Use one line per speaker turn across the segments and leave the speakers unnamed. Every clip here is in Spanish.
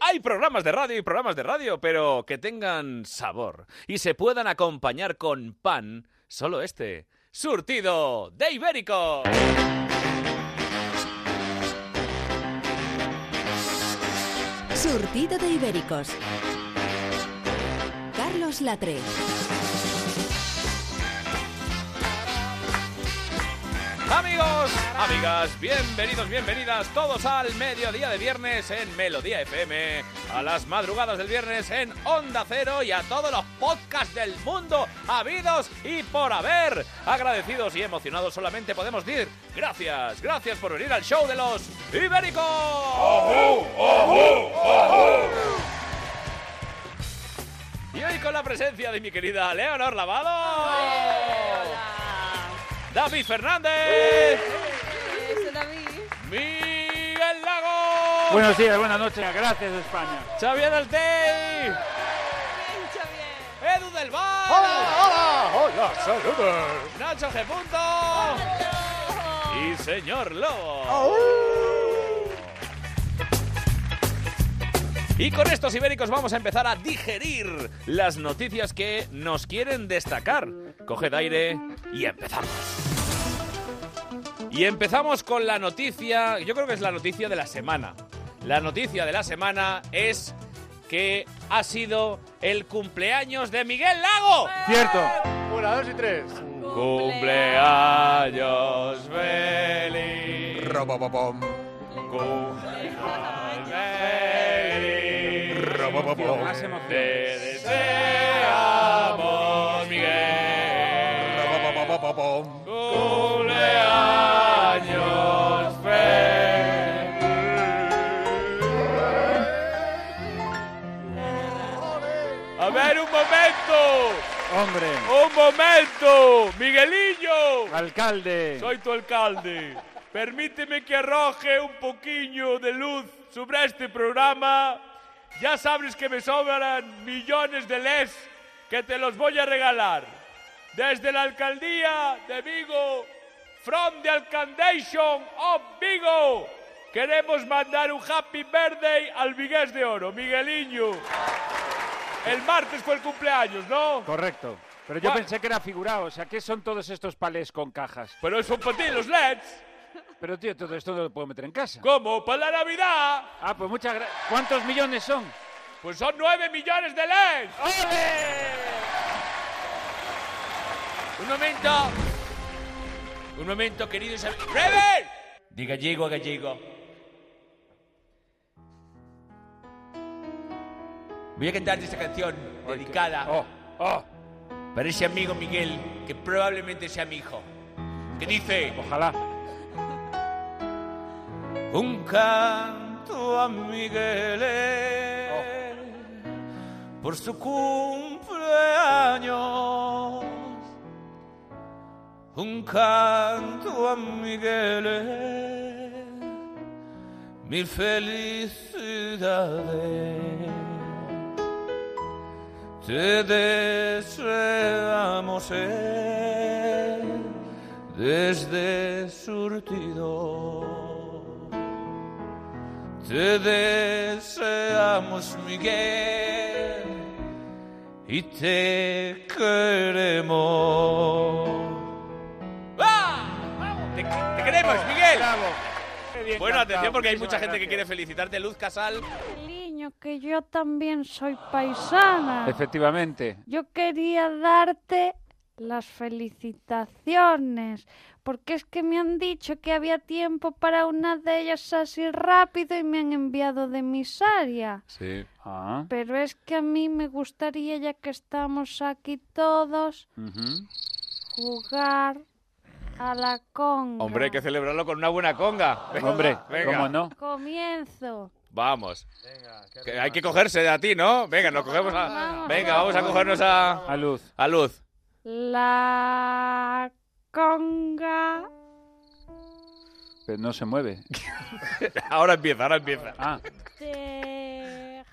Hay programas de radio y programas de radio, pero que tengan sabor y se puedan acompañar con pan, solo este, surtido de ibérico.
Surtido de Ibéricos. Carlos Latre.
Amigos, amigas, bienvenidos, bienvenidas todos al mediodía de viernes en Melodía FM, a las madrugadas del viernes en Onda Cero y a todos los podcasts del mundo habidos y por haber. Agradecidos y emocionados solamente podemos decir gracias, gracias por venir al show de los ibéricos. Y hoy con la presencia de mi querida Leonor Lavado. David Fernández.
Eso, David.
Miguel Lago.
Buenos días, buenas noches, gracias España.
Xavier Altey.
Pincha bien.
Edu del Val.
hola, hola, saludos.
Nacho G. Punto. Y señor Lobo. Y con estos ibéricos vamos a empezar a digerir las noticias que nos quieren destacar. Coged aire y empezamos. Y empezamos con la noticia, yo creo que es la noticia de la semana. La noticia de la semana es que ha sido el cumpleaños de Miguel Lago.
Cierto. Una, dos y tres.
Cumpleaños feliz.
Robopopom.
Cumpleaños feliz.
Robopopom.
Más emoción.
Te deseamos, Miguel.
Robopopopopom.
Cumpleaños feliz. A ver, un momento.
Hombre,
Un momento. Miguelillo.
alcalde.
Soy tu alcalde. Permíteme que arroje un poquillo de luz sobre este programa. Ya sabes que me sobran millones de les que te los voy a regalar. Desde la alcaldía de Vigo, from the Alcaldation of Vigo, queremos mandar un happy birthday al Vigués de Oro, Miguelinho. El martes fue el cumpleaños, ¿no?
Correcto. Pero yo
Gua-
pensé que era figurado, o sea, ¿qué son todos estos palés con cajas?
Pero son para ti los LEDs.
Pero tío, todo esto no lo puedo meter en casa.
Como para la Navidad.
Ah, pues muchas gracias. ¿Cuántos millones son?
Pues son nueve millones de leds. Un momento. Un momento, queridos amigos. ¡Rever! Diga gallego a gallego. Voy a cantar esta canción dedicada
Oh, oh,
para ese amigo Miguel, que probablemente sea mi hijo. Que dice...
ojalá.
un canto a Miguel por su cumpleaños. Un canto a Miguel, mi felicidad. Te deseamos eh, desde surtido. Te deseamos, Miguel, y te queremos. Te, te queremos, Miguel.
Oh, Bravo. Qué bien
Bueno,
cantado,
atención porque hay mucha
muchísimas
gente que quiere
gracias.
felicitarte, Luz Casal.
Niño, que yo también soy paisana.
Efectivamente.
Yo quería darte las felicitaciones, porque es que me han dicho que había tiempo para una de ellas así rápido y me han enviado de miseria.
Sí.
Ah,
Pero es que a mí me gustaría, ya que estamos aquí todos,
ujú.
jugar a la conga.
Hombre, hay que celebrarlo con una buena conga. Venga,
Hombre,
venga.
¿cómo no?
Comienzo.
Vamos. Que hay que cogerse a ti, ¿no? Venga, nos cogemos a.
Vamos,
Venga,
vamos.
vamos a cogernos a.
A luz.
A Luz.
La conga.
Pero no se mueve.
Ahora empieza, ahora empieza.
Ah,
Deja-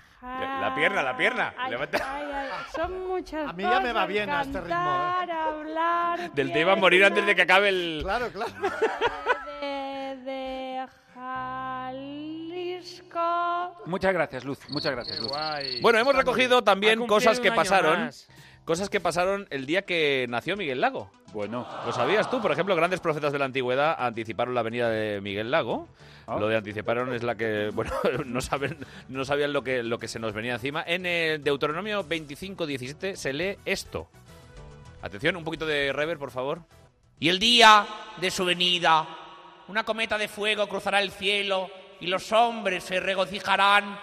La pierna, la pierna.
Ay,
Levanta.
ay, ay, Son muchas
A mí ya me va
cosas,
bien a este ritmo,
cantar, hablar.
Del te iba a morir antes de que acabe el.
Claro, claro.
De, de Jalisco.
Muchas gracias, Luz. Muchas gracias, Luz.
Guay.
Bueno, hemos
Está muy
recogido
bien.
también
Ha cumplido
cosas
un
que
año
pasaron.
más.
Cosas que pasaron el día que nació Miguel Lago.
Bueno,
¿Lo sabías tú? Por ejemplo, grandes profetas de la antigüedad anticiparon la venida de Miguel Lago.
Ah.
Lo de anticiparon es la que, bueno, no, saben, no sabían lo que, lo que se nos venía encima. En el Deuteronomio 25, 17 se lee esto. Atención, un poquito de rever, por favor.
Y el día de su venida, una cometa de fuego cruzará el cielo y los hombres se regocijarán,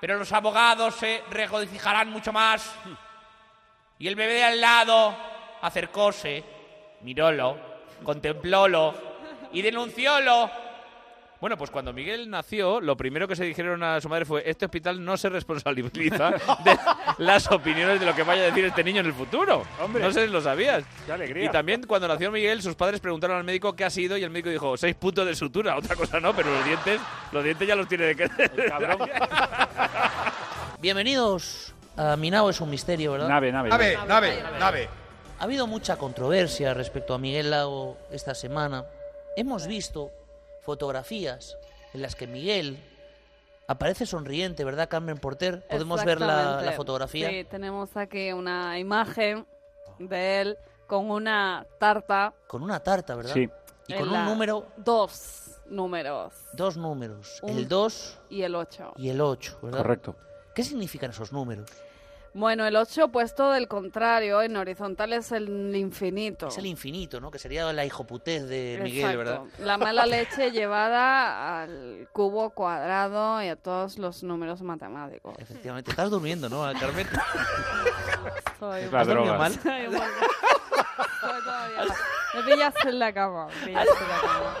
pero los abogados se regocijarán mucho más. Y el bebé de al lado acercóse, mirólo, contemplólo y denunciólo.
Bueno, pues cuando Miguel nació, lo primero que se dijeron a su madre fue: Este hospital no se responsabiliza de las opiniones de lo que vaya a decir este niño en el futuro.
Hombre.
No sé si lo sabías.
qué alegría.
Y también cuando nació Miguel, sus padres preguntaron al médico qué ha sido y el médico dijo: Seis puntos de sutura, otra cosa no, pero los dientes, los dientes ya los tiene de que.
Cabrón.
Bienvenidos a Mi Nao es un misterio, ¿verdad?
Nave, nave.
Nave, nave, nave.
Ha habido mucha controversia respecto a Miguel Lago esta semana. Hemos visto fotografías en las que Miguel aparece sonriente, ¿verdad, Carmen Porter? Podemos ver la, la
Exactamente.
fotografía.
Sí, tenemos aquí una imagen de él con una tarta
Con una tarta, ¿verdad?
Sí.
Y
en
con
la-
un número,
Dos números.
dos números,
Un-
el 2
Y el 8.
y el 8, ¿verdad?
Correcto.
¿Qué significan esos números?
Bueno, el 8 opuesto del contrario, en horizontal es el infinito.
Es el infinito, ¿no? Que sería la hijoputez de
Exacto.
Miguel, ¿verdad?
La mala leche llevada al cubo cuadrado y a todos los números matemáticos.
Efectivamente. Estás durmiendo, ¿no, Carmen?
Soy
Las
¿Has dormido
drogas.
mal?
Soy un mal- Soy todavía mal. Me pillas en la cama. me pillas en la cama.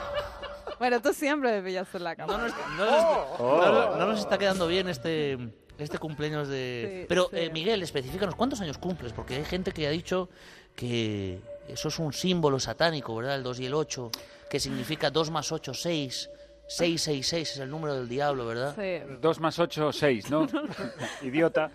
Bueno, tú siempre me pillas en la cama.
No nos, no nos está,
Oh.
no- no nos está quedando bien este, este cumpleaños de...
Sí,
Pero,
sí.
eh, Miguel, específicanos, ¿cuántos años cumples? Porque hay gente que ha dicho que eso es un símbolo satánico, ¿verdad? El 2 y el 8, que significa 2 más 8, 6. 666 es el número del diablo, ¿verdad?
Sí.
2 más 8, 6, ¿no? Idiota.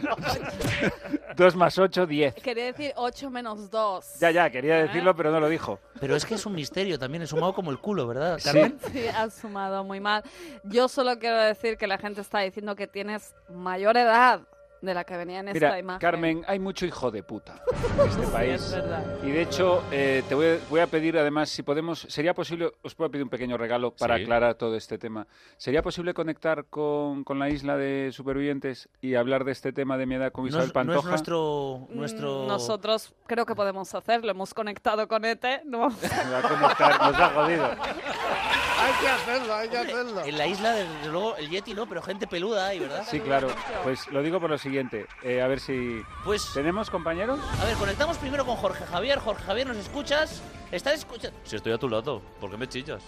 2 más 8, 10.
Quería decir 8 menos 2.
Ya, ya, quería decirlo, pero no lo dijo.
Pero es que es un misterio también, es sumado como el culo, ¿verdad,
Sí.
Carmen?
Sí, has sumado muy mal. Yo solo quiero decir que la gente está diciendo que tienes mayor edad de la que venía en esta
Mira,
imagen.
Carmen, hay mucho hijo de puta en este
Es
país.
verdad.
Y de hecho, eh, te voy a, voy a pedir además, si podemos, sería posible, os puedo pedir un pequeño regalo para
Sí.
aclarar todo este tema. ¿Sería posible conectar con, con la isla de supervivientes y hablar de este tema de mi edad con
No
Isabel
es, no es
Pantoja?
nuestro...
Mm,
nuestro...
Nosotros creo que podemos hacerlo. Hemos conectado con ETE. No vamos a-
Me va a conectar, nos ha jodido.
Hay que hacerlo, hay que hacerlo.
En la isla, desde luego, el Yeti no, pero gente peluda ahí, ¿verdad?
Sí, claro. Pues lo digo por lo siguiente. eh, a ver si...
Pues...
¿Tenemos, compañeros?
A ver, conectamos primero con Jorge Javier. Jorge Javier, ¿nos escuchas? ¿Estás escuchando?
Si estoy a tu lado, ¿por qué me chillas?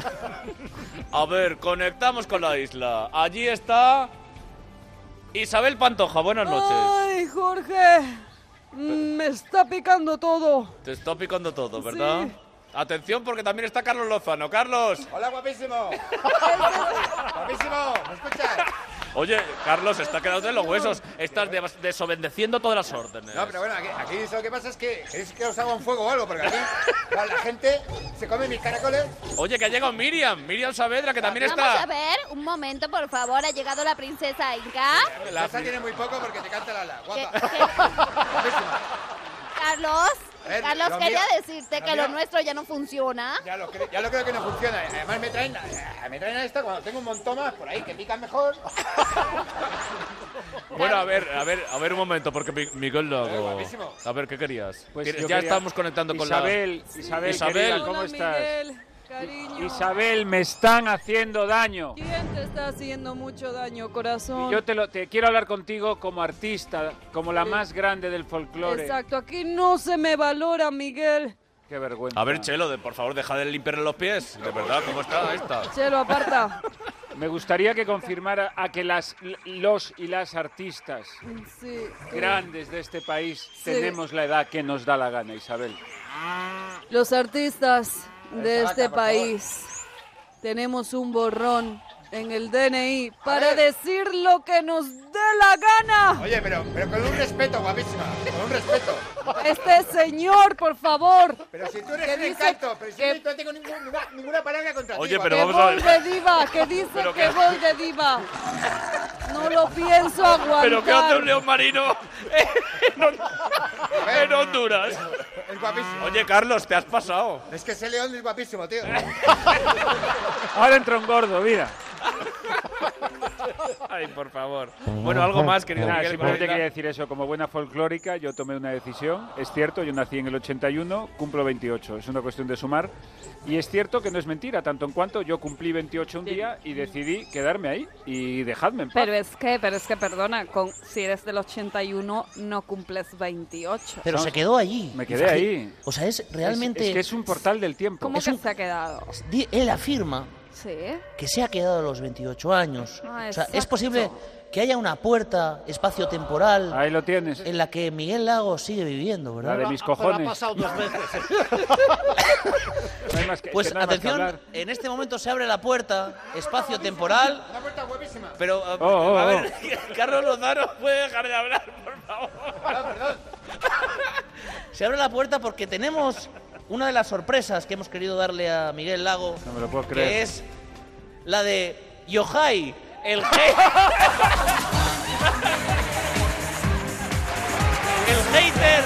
a ver, conectamos con la isla. Allí está. Isabel Pantoja, buenas noches.
Ay, Jorge. Mm, Me está picando todo.
Te está picando todo, ¿verdad?
Sí.
Atención, porque también está Carlos Lozano. Carlos,
Hola, guapísimo. guapísimo, ¿me escuchas?
oye, Carlos, está quedando de los huesos. Estás des- desobedeciendo todas las órdenes.
No, pero bueno, aquí, aquí lo que pasa es que es que os hago un fuego o algo, porque aquí la, la gente se come mis caracoles.
Oye, que ha llegado Miriam, Miriam Saavedra, que también
Vamos a
está.
ver, un momento, por favor. Ha llegado la princesa Inca.
La esa tiene muy poco porque te canta la la,
Que-
guapa.
que-
Guapísima.
Carlos,
Eh,
Carlos,
lo
quería
mío-
decirte
lo
que lo
mío-
nuestro ya no funciona.
Ya lo, creo, ya lo creo que no funciona. Además me traen, eh, me traen a esta cuando tengo un montón más por ahí que pican mejor.
Bueno, a ver, a ver, a ver un momento, porque mi- Miguel
Eh,
Lago.
guapísimo.
A ver, ¿qué querías?
Pues
¿Quieres-
yo
ya
quería-
estamos conectando con
Isabel, Isabel,
Isabel.
querida,
Hola,
¿cómo
Hola,
estás?
Miguel, cariño.
Isabel, me están haciendo daño.
¿Quién te está haciendo mucho daño, corazón?
Y yo te, lo, te quiero hablar contigo como artista, como la más grande del folclore.
Exacto, aquí no se me valora, Miguel.
Qué
la.
vergüenza.
A ver, Chelo, de- por favor, deja de limpiarle los pies. De verdad, ¿cómo está esta?
Chelo, aparta.
Me gustaría que confirmara a que las, los y las artistas
Sí.
grandes de este país tenemos la edad que nos da la gana, Isabel.
Los artistas de
Esa vaca,
este
por favor.
país tenemos un borrón en el DNI para
ver.
decir lo que nos dé la gana.
Oye, pero, pero con un respeto, guapísima. Con un respeto.
Este señor, por favor.
Pero si tú eres
Que
un
dice
encanto, pero si
que-
yo no tengo ningún- ninguna, ninguna palabra contra ti.
Oye,
guapi.
pero
que
vamos a
voy
ver.
de diva, que dice que, voy de diva. No lo pienso aguantar.
¿Pero qué hace un león marino en Hon- en Honduras?
Es guapísimo.
Oye, Carlos, te has pasado.
Es que ese león es guapísimo, tío.
Ahora entra un gordo, mira.
Ay, por favor. Bueno, algo más, querido
Nada,
Miguel
simplemente
Corbina?
quería decir eso. Como buena folclórica, yo tomé una decisión. Es cierto, yo nací en el 81, cumplo 28. Es una cuestión de sumar. Y es cierto que no es mentira, tanto en cuanto yo cumplí 28 un día y decidí quedarme ahí y dejadme en paz.
Pero es que, pero es que, perdona, con, si eres del 81 no cumples 28.
Pero se quedó allí.
Me quedé ahí.
O sea, es
Es-
realmente...
Es, que es un portal del tiempo.
¿Cómo
es
que
un-
se ha quedado?
Di- Él afirma
Sí.
que se ha quedado a los 28 años.
Ah,
o sea, es
exacto.
posible que haya una puerta espacio-temporal
Ahí lo tienes.
en la que Miguel Lago sigue viviendo,
La
¿verdad?
de mis cojones.
Ah, pasado dos veces.
No hay más que- es
Pues
que no hay más que
atención,
hablar.
en este momento se abre la puerta espacio-temporal
Una puerta guapísima.
Pero, eh, a,
oh,
a
oh.
ver, Carlos Lozano, ¿puede dejar de hablar, por favor?
Se abre la puerta porque tenemos una de las sorpresas que hemos querido darle a Miguel Lago,
No me lo puedo
que
creer.
es la de Yohai, el hate. el hater.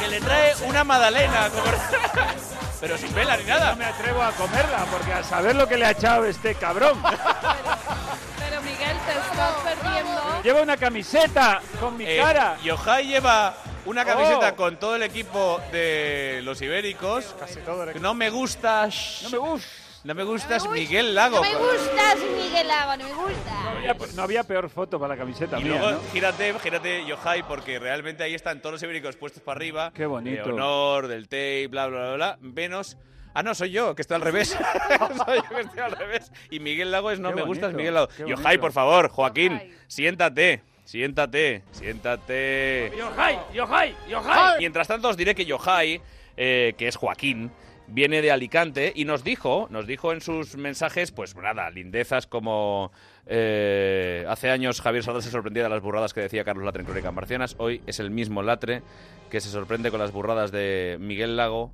Que le trae una magdalena. como-
Pero sin vela ni nada.
No me atrevo a comerla porque a saber lo que le ha echado este cabrón.
Pero Miguel, te estás perdiendo.
Lleva una camiseta con mi
Eh,
cara.
Yohai lleva una camiseta
Oh.
con todo el equipo de los ibéricos. Casi todo No me gustas.
No me gusta.
No me gustas, Miguel Lago.
No me gustas, Miguel Lago, no me gusta.
No había- No había peor foto para la camiseta
Y
mía,
luego,
¿no?
gírate, gírate, Yohai, porque realmente ahí están todos los ibéricos puestos para arriba.
Qué bonito.
De honor, del tape, bla, bla, bla, bla. Menos. Ah, no, soy yo, que estoy al revés. soy yo que estoy al revés. Y Miguel Lago es no
Qué
me gustas,
bonito,
Miguel Lago.
qué
Yohai,
bonito.
por favor, Joaquín, siéntate. Siéntate, siéntate.
¡Yohai! ¡Yohai! ¡Yohai!
Mientras tanto, os diré que Yohai, eh, que es Joaquín, viene de Alicante y nos dijo, nos dijo en sus mensajes, pues nada, lindezas como eh, hace años Javier Sardá se sorprendía de las burradas que decía Carlos Latre en Crónica Marcianas. Hoy es el mismo Latre que se sorprende con las burradas de Miguel Lago.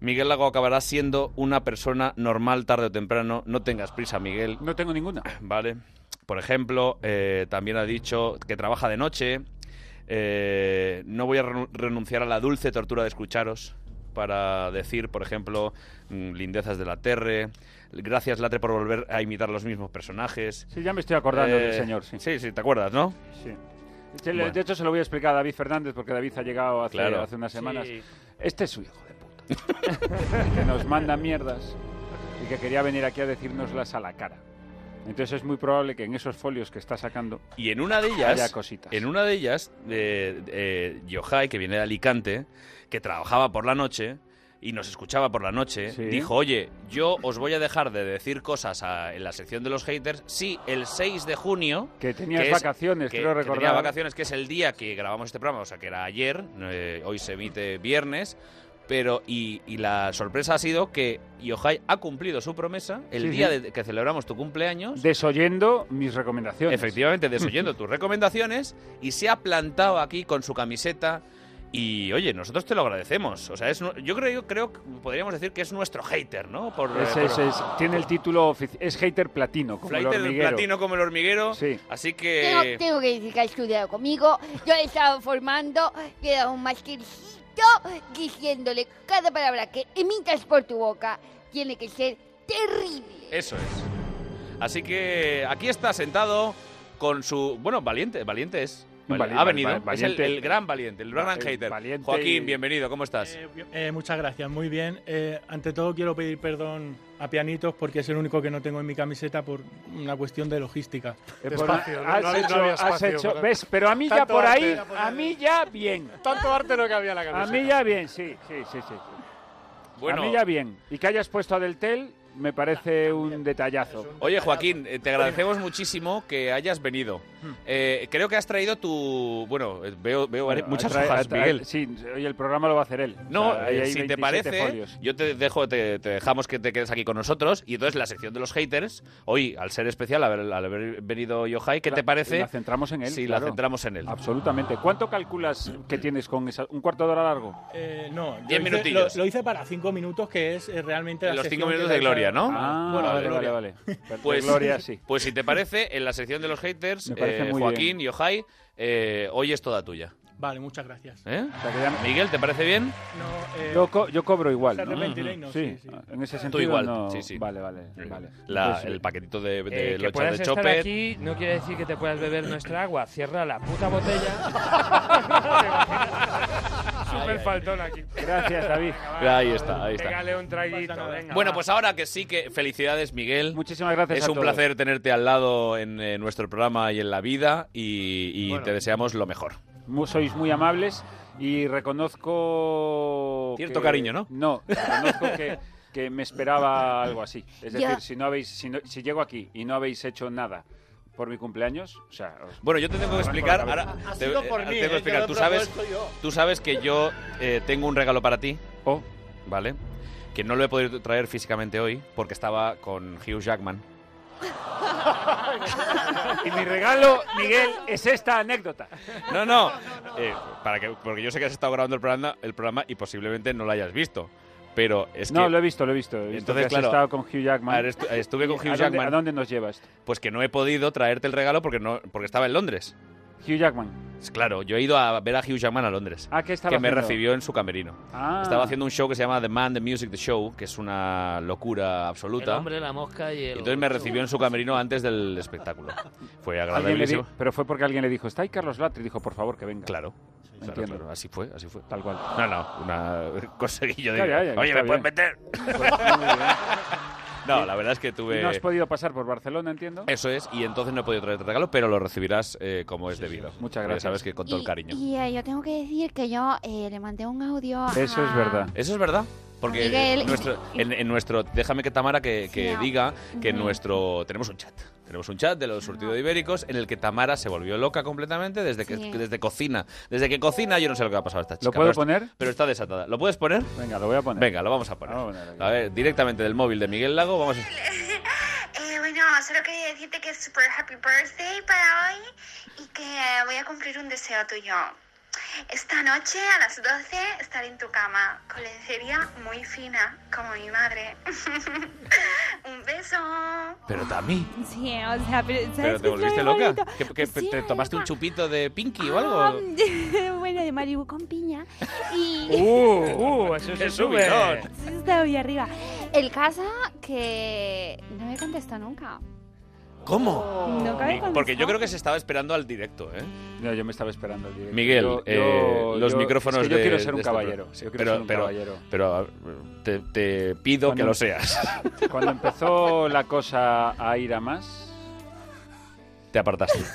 Miguel Lago acabará siendo una persona normal tarde o temprano. No tengas prisa, Miguel.
No tengo ninguna.
Vale. Por ejemplo, eh, también ha dicho que trabaja de noche. eh, no voy a renu- renunciar a la dulce tortura de escucharos para decir, por ejemplo, mm, lindezas de la Terre. Gracias, Latre, por volver a imitar los mismos personajes.
Sí, ya me estoy acordando
Eh,
del señor, sí.
Sí, sí, te acuerdas, ¿no?
sí. Se le-
Bueno.
De hecho, se lo voy a explicar a David Fernández porque David ha llegado hace,
Claro.
hace unas semanas. Este es su hijo de puta. que nos manda mierdas y que quería venir aquí a decírnoslas a la cara. Entonces es muy probable que en esos folios que está sacando
Y en una de
haya
ellas,
cositas.
en una de ellas, eh, eh, Yohai, que viene de Alicante, que trabajaba por la noche y nos escuchaba por la noche,
Sí.
dijo, oye, yo os voy a dejar de decir cosas a- en la sección de los haters si el 6 de junio...
Que tenías
es-
vacaciones,
que-
creo
que
recordar.
tenía vacaciones, que es el día que grabamos este programa, o sea, que era ayer, eh, hoy se emite viernes, pero y, y la sorpresa ha sido que Yohai ha cumplido su promesa el
Sí,
día
sí.
de- que celebramos tu cumpleaños.
Desoyendo mis recomendaciones.
Efectivamente, desoyendo tus recomendaciones y se ha plantado aquí con su camiseta. Y oye, nosotros te lo agradecemos. O sea, es, nu- yo creo, yo creo que podríamos decir que es nuestro hater, ¿no? Por, eh,
Es-
por-
es- es- tiene el título ofici- es hater platino, como el
hater
hormiguero.
platino como el hormiguero.
Sí.
Así
Tengo,
que.
tengo que decir que ha estudiado conmigo. Yo he estado formando, queda un mastercito diciéndole cada palabra que emitas por tu boca tiene que ser terrible.
Eso es. Así que aquí está sentado con su. Bueno, valiente, valiente es. Vale,
Valiente,
ha venido.
va-
es el-
valiente.
el, gran valiente, el gran
El
hater.
valiente
Joaquín,
y-
bienvenido, ¿cómo estás?
Eh, muchas gracias, muy bien. Eh, ante todo quiero pedir perdón a Pianitos porque es el único que no tengo en mi camiseta por una cuestión de logística.
Eh,
Despacio,
has
no había- no
hecho,
había
has
espacio
hecho-
para-
¿Ves? Pero a mí ya
Tanto
por ahí,
arte.
a mí ya bien.
Tanto arte no cabía la
A mí ya bien, sí, sí, sí, sí. sí.
Bueno,
A mí ya bien. Y que hayas puesto a Deltel, me parece un detallazo.
Oye, Joaquín, eh, te agradecemos muchísimo que hayas venido. Eh, creo que has traído tu... Bueno, eh, veo, veo vari- muchas
Atrae-
hojas,
atrae-
Miguel.
Sí, oye, el programa lo va a hacer él.
No,
O sea, ahí
eh,
hay
si te
27
parece,
folios.
yo te dejo, te, te dejamos que te quedes aquí con nosotros. Y entonces la sección de los haters, hoy, al ser especial, al haber, al haber venido Yohai, ¿qué
La-
te parece?
La centramos en él.
Sí,
claro.
la centramos en él. Mm.
Absolutamente. ¿Cuánto calculas que tienes con esa, un cuarto de hora largo?
Eh, no, yo
Diez
hice-
minutillos.
lo, lo hice para cinco minutos, que es eh, realmente la
Los cinco
sección que
minutos de
la-
gloria, ¿no?
Ah,
Ah,
bueno, de
vale, vale,
gloria.
vale. Per-
Pues,
Gloria, sí.
pues si te parece, en la sección de los haters,
Me parece
eh,
muy
Joaquín, Yohai, eh, hoy es toda tuya.
Vale, muchas gracias.
¿Eh?
O sea, que ya-
Miguel, ¿te parece bien?
No, eh,
yo, co- yo cobro igual,
Se
¿no?
arrepentirá y no,
sí,
sí, sí.
en ese sentido
igual,
no-
sí, sí.
Vale, vale, vale.
La-
Pues,
el paquetito de,
Eh,
de
que
lochas
puedas
de
estar
chope.
aquí no quiere decir que te puedas beber nuestra agua. Cierra la puta botella. Súper faltón aquí.
Gracias, David.
Venga, va,
Ahí está, ahí está.
Pégale un traguito. venga,
Bueno,
va.
pues ahora que sí que felicidades, Miguel.
Muchísimas gracias.
Es
a
un
todos.
placer tenerte al lado en eh, nuestro programa y en la vida y, y
Bueno.
te deseamos lo mejor.
Mu- sois muy amables y reconozco.
Cierto cariño, ¿no?
No, reconozco que, que me esperaba algo así. Es
Ya.
decir, si, no habéis, si, no- si llego aquí y no habéis hecho nada por mi cumpleaños, o sea. os-
Bueno, yo te tengo que explicar.
Arranco la
Ahora,
cabeza.
te, eh, tengo que explicar. Tú sabes, tú sabes que yo eh, tengo un regalo para ti,
Oh,
¿vale? Que no lo he podido traer físicamente hoy porque estaba con Hugh Jackman.
Y mi regalo, Miguel, es esta anécdota.
No, no. eh, para que, porque yo sé que has estado grabando el programa, el programa y posiblemente no lo hayas visto. Pero es
no,
que.
lo he visto, lo he visto. He visto
Entonces,
que has
claro,
estado con Hugh Jackman.
a ver, estu- estuve con
¿Y ¿A
Hugh
dónde, ¿A
Jackman,
dónde nos lleva esto?
pues que no he podido traerte el regalo porque no porque estaba en Londres.
Hugh Jackman.
Es Claro, yo he ido a ver a Hugh Jackman a Londres,
Ah, ¿qué estaba
que me
haciendo?
recibió en su camerino.
Ah.
Estaba haciendo un show que se llama The Man, The Music, The Show, que es una locura
El
absoluta.
hombre, la mosca y
Y
el.
entonces me recibió en su camerino antes del espectáculo.
Alguien le
Fue
di-
agradabilísimo.
pero fue porque alguien le dijo, está ahí Carlos Latre, y dijo, por favor, que venga.
Claro, claro,
Entiendo.
claro, así fue, así fue.
Tal cual.
No, no, una conseguí yo.
Ya,
digo,
ya, ya,
Oye,
está
¿me puedes
bien".
meter? No, la verdad es que
Y
tuve...
no has podido pasar por Barcelona, entiendo.
Eso es, y entonces no he podido traerte regalo, pero lo recibirás eh, como es debido.
Muchas
Porque
gracias.
Sabes que con todo el cariño.
Y, eh, yo tengo que decir que yo eh, le mandé un audio. a-
Eso es verdad.
Eso es verdad. Porque
Miguel.
en nuestro, en, en nuestro, déjame que Tamara que, que
Sí, no.
diga que en
Ujú.
nuestro tenemos un chat, tenemos un chat de los surtidos de ibéricos en el que Tamara se volvió loca completamente desde que
Sí.
desde cocina, desde que cocina yo no sé lo que ha pasado a esta chica.
¿Lo puedo
pero está-
poner?
Pero está desatada. ¿Lo puedes poner?
Venga, lo voy a poner.
Venga, lo vamos a poner.
Vamos a poner aquí.
A ver, directamente del móvil de Miguel Lago vamos. a-
Eh, bueno, solo quería decirte que es super happy birthday para hoy y que eh, voy a cumplir un deseo tuyo. Esta noche a las 12 estaré en tu cama con lencería muy fina, como mi madre. un beso.
Pero Tami,
Sí, o sea, pero,
pero te
¿sabes qué es lo
volviste loca.
bonito?
¿Qué- qué-
Sí,
¿Te tomaste un
loca.
chupito de Pinky o
Ah,
algo?
bueno, de Maribu con piña. Y.
Uh, uh, eso
¡Qué
se sube.
subidón!
Sí, está hoy arriba. El casa que no me contestó nunca.
¿Cómo?
No cabe
Mi- Porque yo
contestar.
creo que se estaba esperando al directo, ¿eh?
No, yo me estaba esperando. directo.
Miguel,
Yo-
eh,
yo-
los
yo-
micrófonos
es que yo
de-
quiero ser
de
un
este
caballero.
programa. Sí,
Yo quiero
pero-
ser un
pero-
caballero.
Pero a ver, te, te pido que
Cuando-
lo seas.
Cuando empezó la cosa a ir a más,
Te apartaste. Te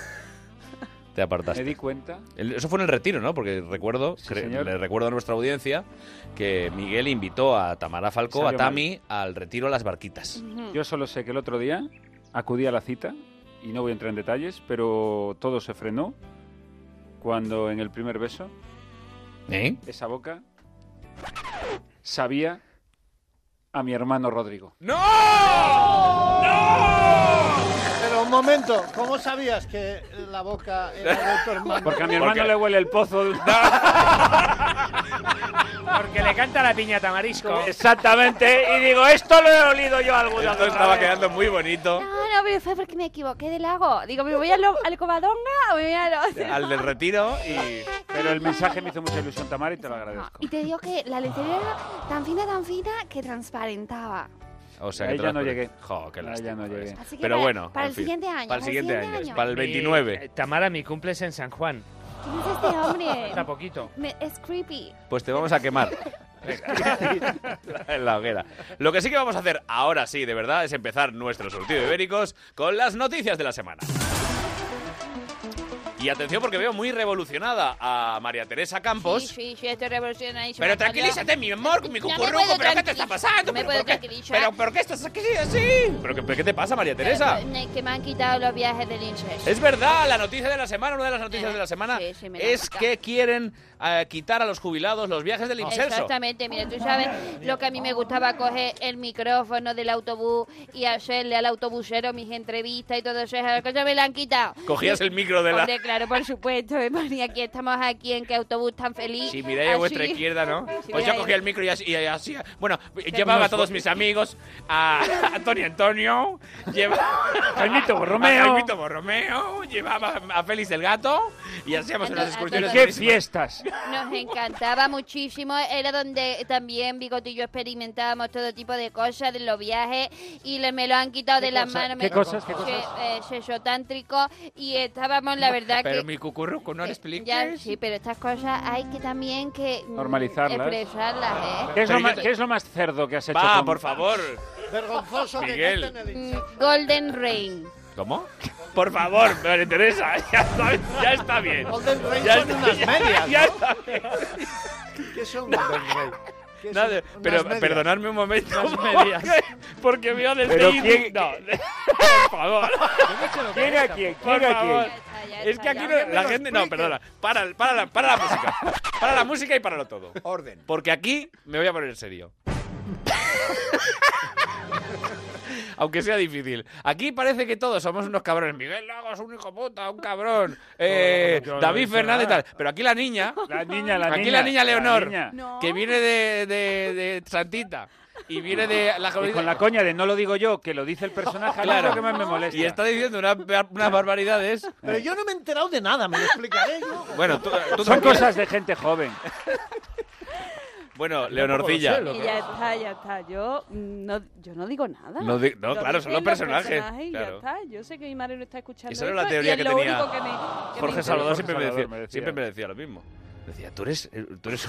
me
apartaste.
di cuenta.
El- Eso fue en el retiro, ¿no? Porque recuerdo,
Sí,
cre-
señor.
le recuerdo a nuestra audiencia que Miguel invitó a Tamara Falco, a
Salió
Tami, al retiro a las barquitas.
Yo solo sé que el otro día acudí a la cita y no voy a entrar en detalles, pero todo se frenó cuando en el primer beso
¿Eh?
esa boca sabía a mi hermano Rodrigo.
Pero un momento, ¿cómo sabías que la boca era de tu hermano?
Porque a mi hermano
Porque-
le huele el pozo.
Porque le canta la piñata marisco.
Exactamente. Y digo, esto lo he olido yo alguna
Esto
otra
estaba
vez.
quedando muy bonito.
No, Ah, no, pero fue porque me equivoqué del lago. Digo, ¿me voy al, lo- al Covadonga o me voy a los.?
Al del retiro y...
Pero el mensaje me hizo mucha ilusión, Tamara, y
Ah.
te lo agradezco.
Y te digo que la lencería era tan fina, tan fina que transparentaba.
O sea,
Ahí
que te
ya
las
no
pones.
llegué.
Jo, qué
Ahí ya
lástima,
no
pues.
llegué.
Así que
Pero
para-
bueno,
para
en
el
fin.
siguiente año,
Para el siguiente año. Para el
Mi-
29.
eh, Tamara, mi cumple es en San Juan.
¿Quién es este
Está
hombre?
poquito.
Me- es creepy.
Pues te vamos a quemar. en la hoguera. Lo que sí que vamos a hacer ahora sí, de verdad, es empezar nuestro surtido de ibéricos con las noticias de la semana. Y atención porque veo muy revolucionada a María Teresa Campos.
Sí, sí, sí, estoy revolucionadísima.
Pero tranquilízate, mi amor, mi
No me
cucurruco,
puedo
pero ¿qué te está
tranquilizar,
ah,
pasando?
no me
¿Pero
puedo
por qué?
tranquilizar.
¿Pero por qué estás aquí así?
¿Pero qué, pero qué te pasa, María Teresa?
Eh, Que me han quitado los viajes del INSES.
Es verdad, la noticia de la semana, una de las noticias de la semana,
sí, sí, me la
es
saca.
que quieren eh, quitar a los jubilados los viajes del incenso.
Exactamente, mira, tú sabes lo que a mí me gustaba coger el micrófono del autobús y hacerle al autobusero mis entrevistas y todo eso, esas cosas me la han quitado.
Cogías el micro de la...
Hombre, claro, por supuesto, me ponía aquí, estamos aquí en qué autobús tan feliz.
Sí, miráis a
así.
vuestra izquierda, ¿no?
Sí,
Pues yo
Mireia.
cogí el micro y así, y así- bueno, llevaba a todos mis amigos, a Antonio Antonio, llevaba a
Jaimito Borromeo.
a Jaimito Borromeo, llevaba a Félix el Gato y hacíamos
A
unas
to- a
excursiones.
todos. ¡Qué
fiestas!
Nos encantaba muchísimo, era donde también Bigote y yo experimentábamos todo tipo de cosas de los viajes y le- me lo han quitado de las
cosa-
manos.
qué
me-
cosas, qué
se-
cosas?
eh, sexotántrico y estábamos, la verdad
Pero
que...
mi cucurruco no les explica.
Ya, sí, pero estas cosas hay que también que mm,
Normalizarlas.
Expresarlas, ¿eh?
¿Qué es, lo
Pero
más,
yo te-
qué es lo más cerdo que has hecho?
Va,
con-
por favor.
Vergonzoso que este
Miguel.
este
canten el himno.
Mm, Golden Rain.
¿Cómo? Por favor, me interesa. Ya está, ya está bien.
Golden Rain
Ya
son
está-
unas
ya-
medias,
ya
¿no?
está bien.
¿Qué son Golden Rain? ¿Qué son?
Nada,
Unas
pero
medias.
perdonadme un momento.
Unas
porque-
medias.
Porque veo desde
Pero
ahí-
quién-
No, por favor.
¿Quién a quién?
Por
¿Quién a
favor.
quién?
Es que aquí no- la gente. No, perdona. Para, para, la, para la música. Para la música y para lo todo.
Orden.
Porque aquí me voy a poner en serio. Aunque sea difícil. Aquí parece que todos somos unos cabrones. Miguel Lago es un hijo puta, un cabrón. Eh,
Yo no he
David
hecho
Fernández y
nada.
tal. Pero aquí la niña.
La niña, la
aquí
niña.
la niña Leonor.
niña.
Que viene de, de- de Santita. Y viene de la
Y con la coña de no lo digo yo, que lo dice el personaje, a mí es
Claro.
lo que más me molesta.
Y está diciendo una- unas barbaridades.
Pero yo no me he enterado de nada, me lo explicaré yo.
Bueno, tú- tú
Son
tranquila.
cosas de gente joven.
Bueno, Leonorcilla.
Y ya está, ya está. Yo mm, no, yo no digo nada.
No di- no,
Lo
claro, son
dicen
los personajes,
y ya
claro.
está. Yo sé que mi madre lo está escuchando.
Esa era la
esto y
teoría
es
que
lo
tenía
único que me- que me
Jorge
interesa.
Salvador
Jorge
siempre, me
Salvador
decía,
me decía.
siempre me decía lo mismo. Decía, tú eres, eh, tú eres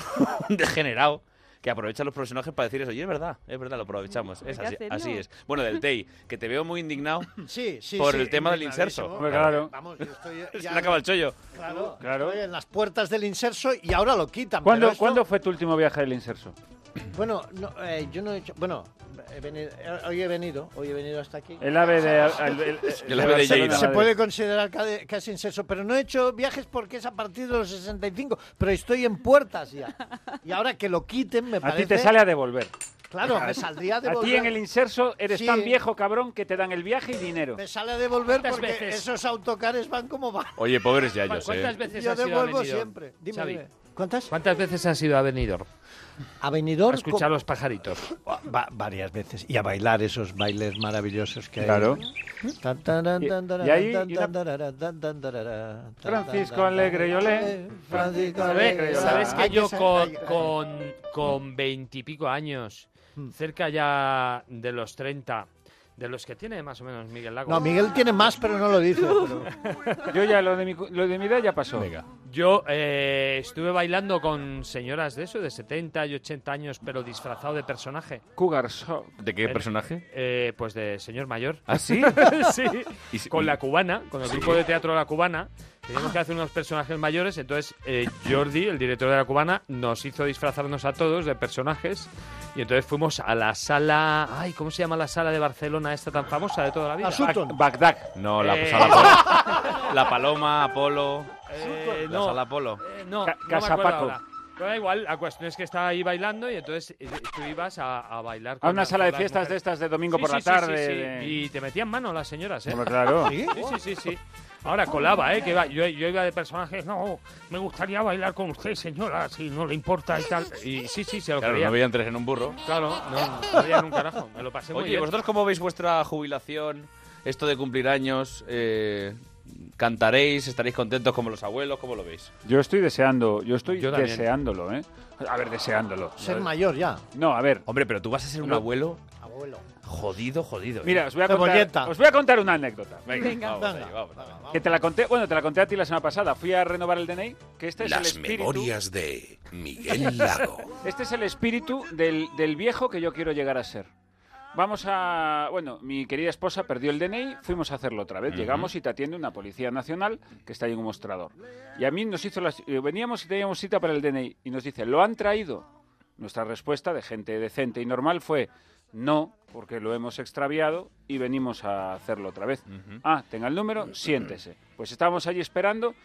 un degenerado que aprovecha los personajes para decir eso. Y es verdad, es verdad, lo aprovechamos. Es
Hay
así,
que
así
hacerlo.
es. Bueno, del TEI, que te veo muy indignado
Sí, sí,
por
sí,
el tema del inserso.
indignadísimo. Vamos, yo estoy
Se
ya-
le acaba el chollo.
Claro, estoy en las puertas del inserso y ahora lo quitan.
¿Cuándo,
pero esto-
cuándo fue tu último viaje del inserso?
Bueno, no, eh, yo no he hecho... Bueno, he venido- eh, hoy he venido, hoy he venido hasta aquí.
El ave de- al- el-
El ave de
Barcelona,
Lleida.
Se puede considerar ca- casi inserso, pero no he hecho viajes porque es a partir de los 65, pero estoy en puertas ya. Y ahora que lo quiten me
A
parece...
ti te sale a devolver.
Claro, me saldría a
A ti
devolver.
en el inserso eres
Sí.
tan viejo, cabrón, que te dan el viaje y dinero.
Me sale a devolver
¿Cuántas
porque
veces?
esos autocares van como van.
Oye, pobres yayos,
¿Cuántas
eh.
veces
Yo
has ido a
devuelvo
Benidorm,
siempre. Dime,
Xavi?
dime. ¿Cuántas?
¿Cuántas veces has ido a Benidorm?
¿A Benidorm?
A escuchar los pajaritos.
Va- varias veces. Y a bailar esos bailes maravillosos que
Claro.
hay. Tan, tarán,
Y-
tan, tarán,
y ahí-
tan,
y una-
tan, tarán, tan, tan, tarán, tan,
Francisco
tan, tan,
Alegre y Olé.
Eh, Francisco Alegre y
¿Sabes,
Olé.
sabes
Hay
que yo
sa-
con,
hay- hay-
con, con veintipico años,
Hmm.
cerca ya de los 30, de los que tiene más o menos Miguel Lago.
No, Miguel tiene más, pero no lo dice. pero-
Yo ya lo de mi, cu- lo de mi edad ya pasó.
Yo eh, estuve bailando con señoras de eso, de 70 y 80 años, pero disfrazado de personaje.
Cougar Shock.
¿De qué
El-
personaje?
Eh, pues de señor mayor.
¿Ah, sí?
sí.
Y si-
Con la cubana, con el grupo de teatro La Cubana. Teníamos que hacer unos personajes mayores, entonces eh, Jordi, el director de La Cubana, nos hizo disfrazarnos a todos de personajes. Y entonces fuimos a la sala... Ay, ¿cómo se llama la sala de Barcelona esta tan famosa de toda la vida?
Bagdad.
No, la,
Eh.
sala Polo. la Paloma, Apolo.
Eh,
la
no.
sala Apolo.
Eh, no,
Ca-
no me
Casa
acuerdo
Paco.
ahora. Pero da igual, la cuestión es que estaba ahí bailando y entonces eh, tú ibas a, a bailar.
A una sala de fiestas de estas
estas
de domingo por la tarde, de-
Y te metían mano las señoras, ¿eh?
Hombre, claro.
Sí, sí, sí. sí. Ahora colaba, ¿eh? Que iba- yo, yo iba de personajes, no, me gustaría bailar con usted, señora, si no le importa y tal. Y sí, sí, se lo
Claro,
quería.
no veían tres en un burro.
Claro, no, no veían un carajo. Me lo pasé muy
Oye,
bien.
¿vosotros cómo veis vuestra jubilación? Esto de cumplir años, eh, ¿cantaréis? ¿Estaréis contentos como los abuelos? ¿Cómo lo veis?
Yo estoy deseando, yo estoy
Yo también.
deseándolo, ¿eh? A ver, deseándolo.
Ser mayor ya.
No, a ver.
Hombre, pero tú vas a ser un
No.
abuelo
Abuelo.
jodido, jodido. ¿eh?
Mira, os voy a
Cebolleta.
contar, os voy a contar una anécdota.
Venga,
Venga,
vamos,
venga.
ahí, vamos.
Que te la conté, bueno, te la conté a ti la semana pasada. Fui a renovar el DNI, que este es el
Las
espíritu.
memorias de Miguel Lago.
Este es el espíritu del, del viejo que yo quiero llegar a ser. Vamos a. Bueno, mi querida esposa perdió el DNI, fuimos a hacerlo otra vez.
Ujú.
Llegamos y te atiende una policía nacional que está ahí en un mostrador. Y a mí nos hizo las. eh, Veníamos y teníamos cita para el DNI y nos dice, ¿lo han traído? Nuestra respuesta de gente decente y normal fue, no, porque lo hemos extraviado y venimos a hacerlo otra vez. Ah, tenga el número, siéntese. Pues estábamos allí esperando,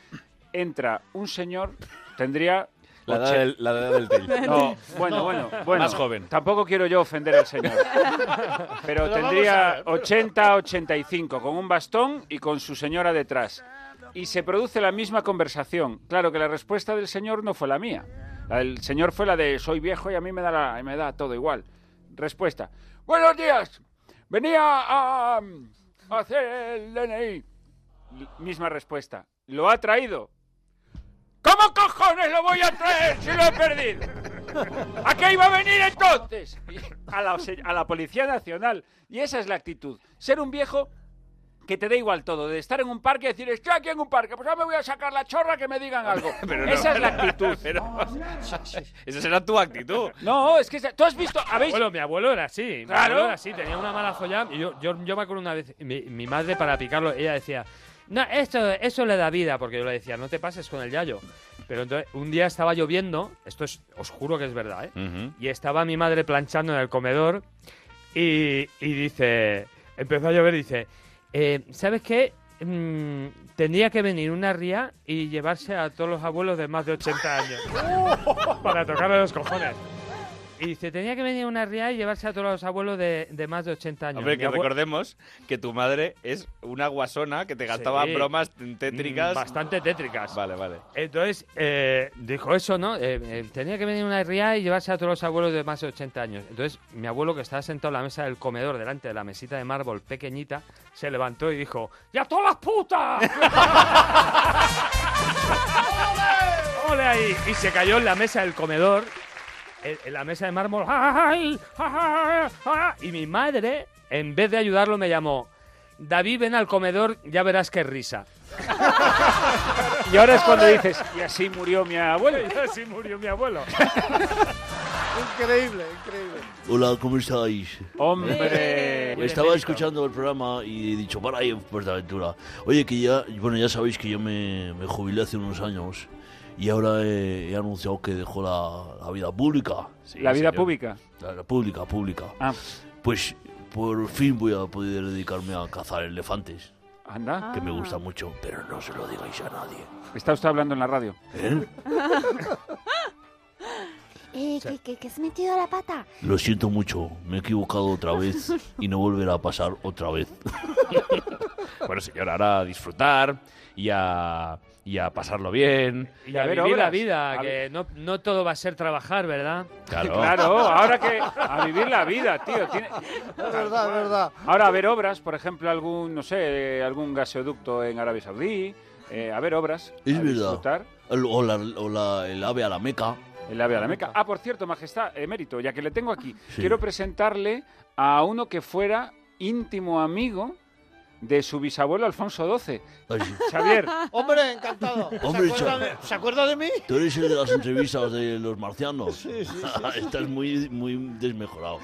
entra un señor, tendría...
La edad
oche-
del- la edad del Tell.
No, bueno, bueno, bueno.
Más joven.
Tampoco quiero yo ofender al señor.
Pero
Pero,
vamos a
tendría
ver.
80, 85, con un bastón y con su señora detrás. Y se produce la misma conversación. Claro que la respuesta del señor no fue la mía. La del señor fue la de soy viejo y a mí me da, la- me da todo igual. Respuesta. Buenos días. Venía a, a hacer el DNI. L- Misma respuesta. ¿Lo ha traído? ¿Cómo cojones lo voy a traer si lo he perdido? ¿A qué iba a venir entonces? A la, se- a la Policía Nacional. Y esa es la actitud. Ser un viejo que te da igual todo. De estar en un parque y decir, estoy aquí en un parque, pues ahora me voy a sacar la chorra que me digan algo.
Pero no,
esa es la
pero-
actitud.
pero- Esa será tu actitud.
No, es que esa- tú has visto. ¿habéis?
Bueno, mi abuelo era así. Mi
Claro.
abuelo era así, tenía una mala joya. Y yo, yo, yo me acuerdo una vez, mi, mi madre para picarlo, ella decía, no, esto, eso le da vida, porque yo le decía, no te pases con el yayo. Pero entonces, un día estaba lloviendo, esto es, os juro que es verdad, ¿eh? Y estaba mi madre planchando en el comedor y, y dice, empezó a llover y dice, "Eh, ¿sabes qué? Mm, tendría que venir una ría y llevarse a todos los abuelos de más de 80 años para tocarle los cojones. Y dice, tenía que venir una ría y llevarse a todos los abuelos de, de más de 80 años.
Hombre,
Mi
que
abue-
recordemos que tu madre es una guasona que te gastaba
Sí.
bromas tétricas.
Mm, Bastante tétricas.
Vale, vale.
Entonces, eh, dijo eso, ¿no? Eh, eh, tenía que venir una ría y llevarse a todos los abuelos de más de 80 años. Entonces, mi abuelo, que estaba sentado en la mesa del comedor, delante de la mesita de mármol pequeñita, se levantó y dijo, ¡Ya todas las putas! ¡Ole ahí! Y se cayó en la mesa del comedor, en, en la mesa de mármol, ¡Ay! ¡Ay! ¡Ay! y mi madre, en vez de ayudarlo, me llamó, David, ven al comedor, ya verás qué risa.
Y ahora es cuando dices, y así murió mi abuelo.
Y así murió mi abuelo.
Increíble, increíble.
Hola, ¿cómo estáis?
Hombre.
Estaba escuchando el programa y he dicho, para ahí, Portaventura. Oye, que ya, bueno, ya sabéis que yo me, me jubilé hace unos años y ahora he, he anunciado que dejo la, la vida pública. Sí,
la vida
señor.
pública. Ah.
La, la pública, pública. Pues por fin voy a poder dedicarme a cazar elefantes.
Anda.
Que me gusta mucho, pero no se lo digáis a nadie.
Está usted hablando en la radio.
¿Eh?
Eh, que, que, que has metido la pata.
Lo siento mucho, me he equivocado otra vez y no volverá a pasar otra vez.
Bueno, señor, ahora a disfrutar y a, y a pasarlo bien.
Y a, vivir la vida, que no, no todo va a ser trabajar, ¿verdad?
Claro.
Claro, ahora que. A vivir la vida, tío. tiene-
Es verdad, es verdad.
Ahora a ver obras, por ejemplo, algún, no sé, algún gasoducto en Arabia Saudí. eh, a ver obras.
Es
a
verdad.
disfrutar.
El- O, la, o la- el ave a la meca.
El ave a la Meca. Ah, por cierto, Majestad, emérito, ya que le tengo aquí, quiero presentarle a uno que fuera íntimo amigo de su bisabuelo Alfonso XII. Xavier.
Hombre, encantado.
Hombre,
¿Se, acuerda
chaval.
de, ¿se acuerda de mí?
Tú eres el de las entrevistas de los marcianos.
Sí, sí, sí.
Estás muy, muy desmejorado.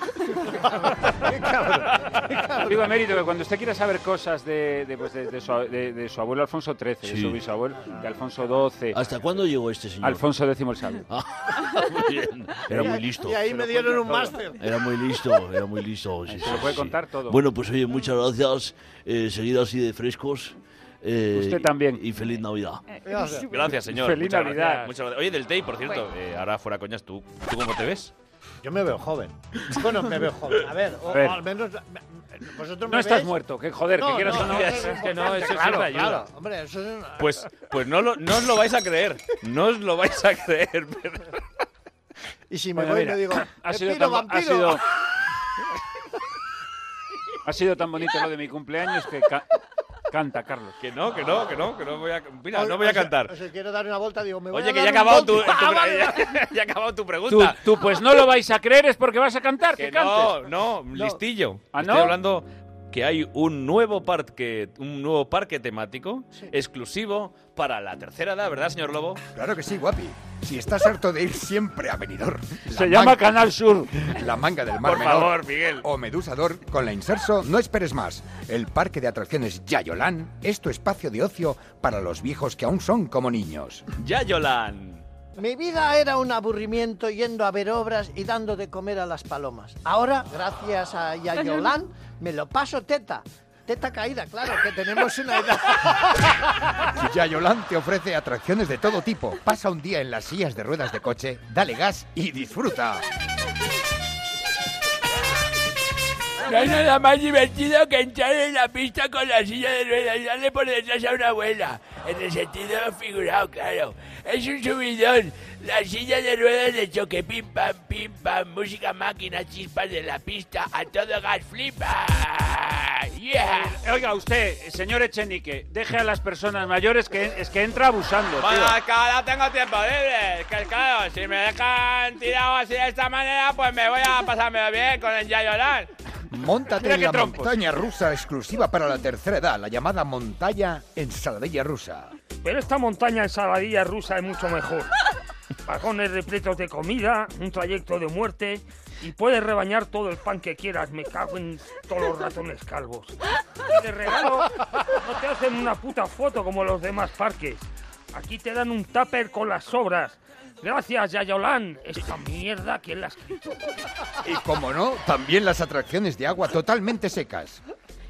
Digo emérito que cuando usted quiera saber cosas de, de, pues, de- de su, de- de su abuelo Alfonso XIII, de
Sí. Ah.
su bisabuelo, de Alfonso XII.
¿Hasta cuándo llegó este señor?
Alfonso X el Sabio.
Muy bien. Era muy listo.
Y ahí me dieron un
cuenta
máster.
Era muy listo, era muy listo. sí,
Se
sí,
lo puede
sí.
contar todo.
Bueno, pues oye, muchas gracias. Eh, seguid así de frescos. eh,
Usted también.
Y feliz Navidad.
Gracias.
Gracias, señor.
Feliz
Muchas
Navidad.
gracias. Muchas gracias. Oye, del TEI, por cierto, eh, ahora fuera coñas, ¿tú, ¿tú cómo te ves?
Yo me veo joven. Bueno, me veo joven. A ver, o,
A ver.
o al menos. Vosotros
No
me
estás
veis.
muerto, que joder, que quieras o no.
eso
Es que no, eso
importante, claro,
siempre ayuda.
Claro, hombre, eso es una-
Pues, pues no, lo, no os lo vais a creer. No os lo vais a creer. pero-
Y si me
Bueno,
voy,
mira,
me digo.
ha sido
"Vampiro,
tan- ha
vampiro".
sido- Ha sido tan bonito lo de mi cumpleaños que ca- canta, Carlos.
Que no, que no, que no, que no voy a. Mira,
O-
no voy a
o sea-
cantar.
O sea, quiero dar una vuelta, digo, me voy
Oye,
a
que
dar
ya ha
un
acabado
voltio.
tu,
Ah,
tu-
vale,
ya,
vale.
ya ha acabado tu
Tú,
pregunta.
tú, pues no lo vais a creer, es porque vas a cantar, que,
Que
cantes.
no, no, listillo.
¿Ah,
Estoy
no?
hablando que hay un nuevo parque, un nuevo parque temático exclusivo para la tercera edad, ¿verdad, señor Lobo?
Claro que sí, guapi. Si estás harto de ir siempre a Benidorm.
Se llama
Canal Sur. La manga del Mar
Por
Menor.
favor, Miguel.
O Medusador, con la inserso, no esperes más. El parque de atracciones Yayolán es tu espacio de ocio para los viejos que aún son como niños.
Yayolan.
Mi vida era un aburrimiento yendo a ver obras y dando de comer a las palomas. Ahora, gracias a Yayolán, me lo paso teta. Teta caída, claro, que tenemos una edad.
Yayolán te ofrece atracciones de todo tipo. Pasa un día en las sillas de ruedas de coche, dale gas y disfruta.
No hay nada más divertido que entrar en la pista con la silla de ruedas y darle por detrás a una abuela. En el sentido figurado, claro. Es un subidón. La silla de ruedas de choque, pim pam, pim pam. Música máquina, chispas de la pista, a todo gas, flipa. Yeah.
Eh, Oiga, usted, eh, señor Echenique, deje a las personas mayores que es que entra abusando. tío.
Bueno, es que ahora tengo tiempo libre. Que claro, si me dejan tirado así de esta
Ah,
manera, pues me voy a pasármelo bien con el Yayolan.
Móntate
Mira
en
qué
la
trompos.
montaña rusa exclusiva para la tercera edad, la llamada montaña ensaladilla rusa.
Pero esta montaña ensaladilla rusa es mucho mejor. Vagones repletos de comida, un trayecto de muerte y puedes rebañar todo el pan que quieras. Me cago en todos los ratones calvos. Y De regalo, no te hacen una puta foto como los demás parques. Aquí te dan un tupper con las sobras. Gracias, Yayolán. Esta mierda, ¿quién la ha escrito?
Y como no, también las atracciones de agua totalmente secas.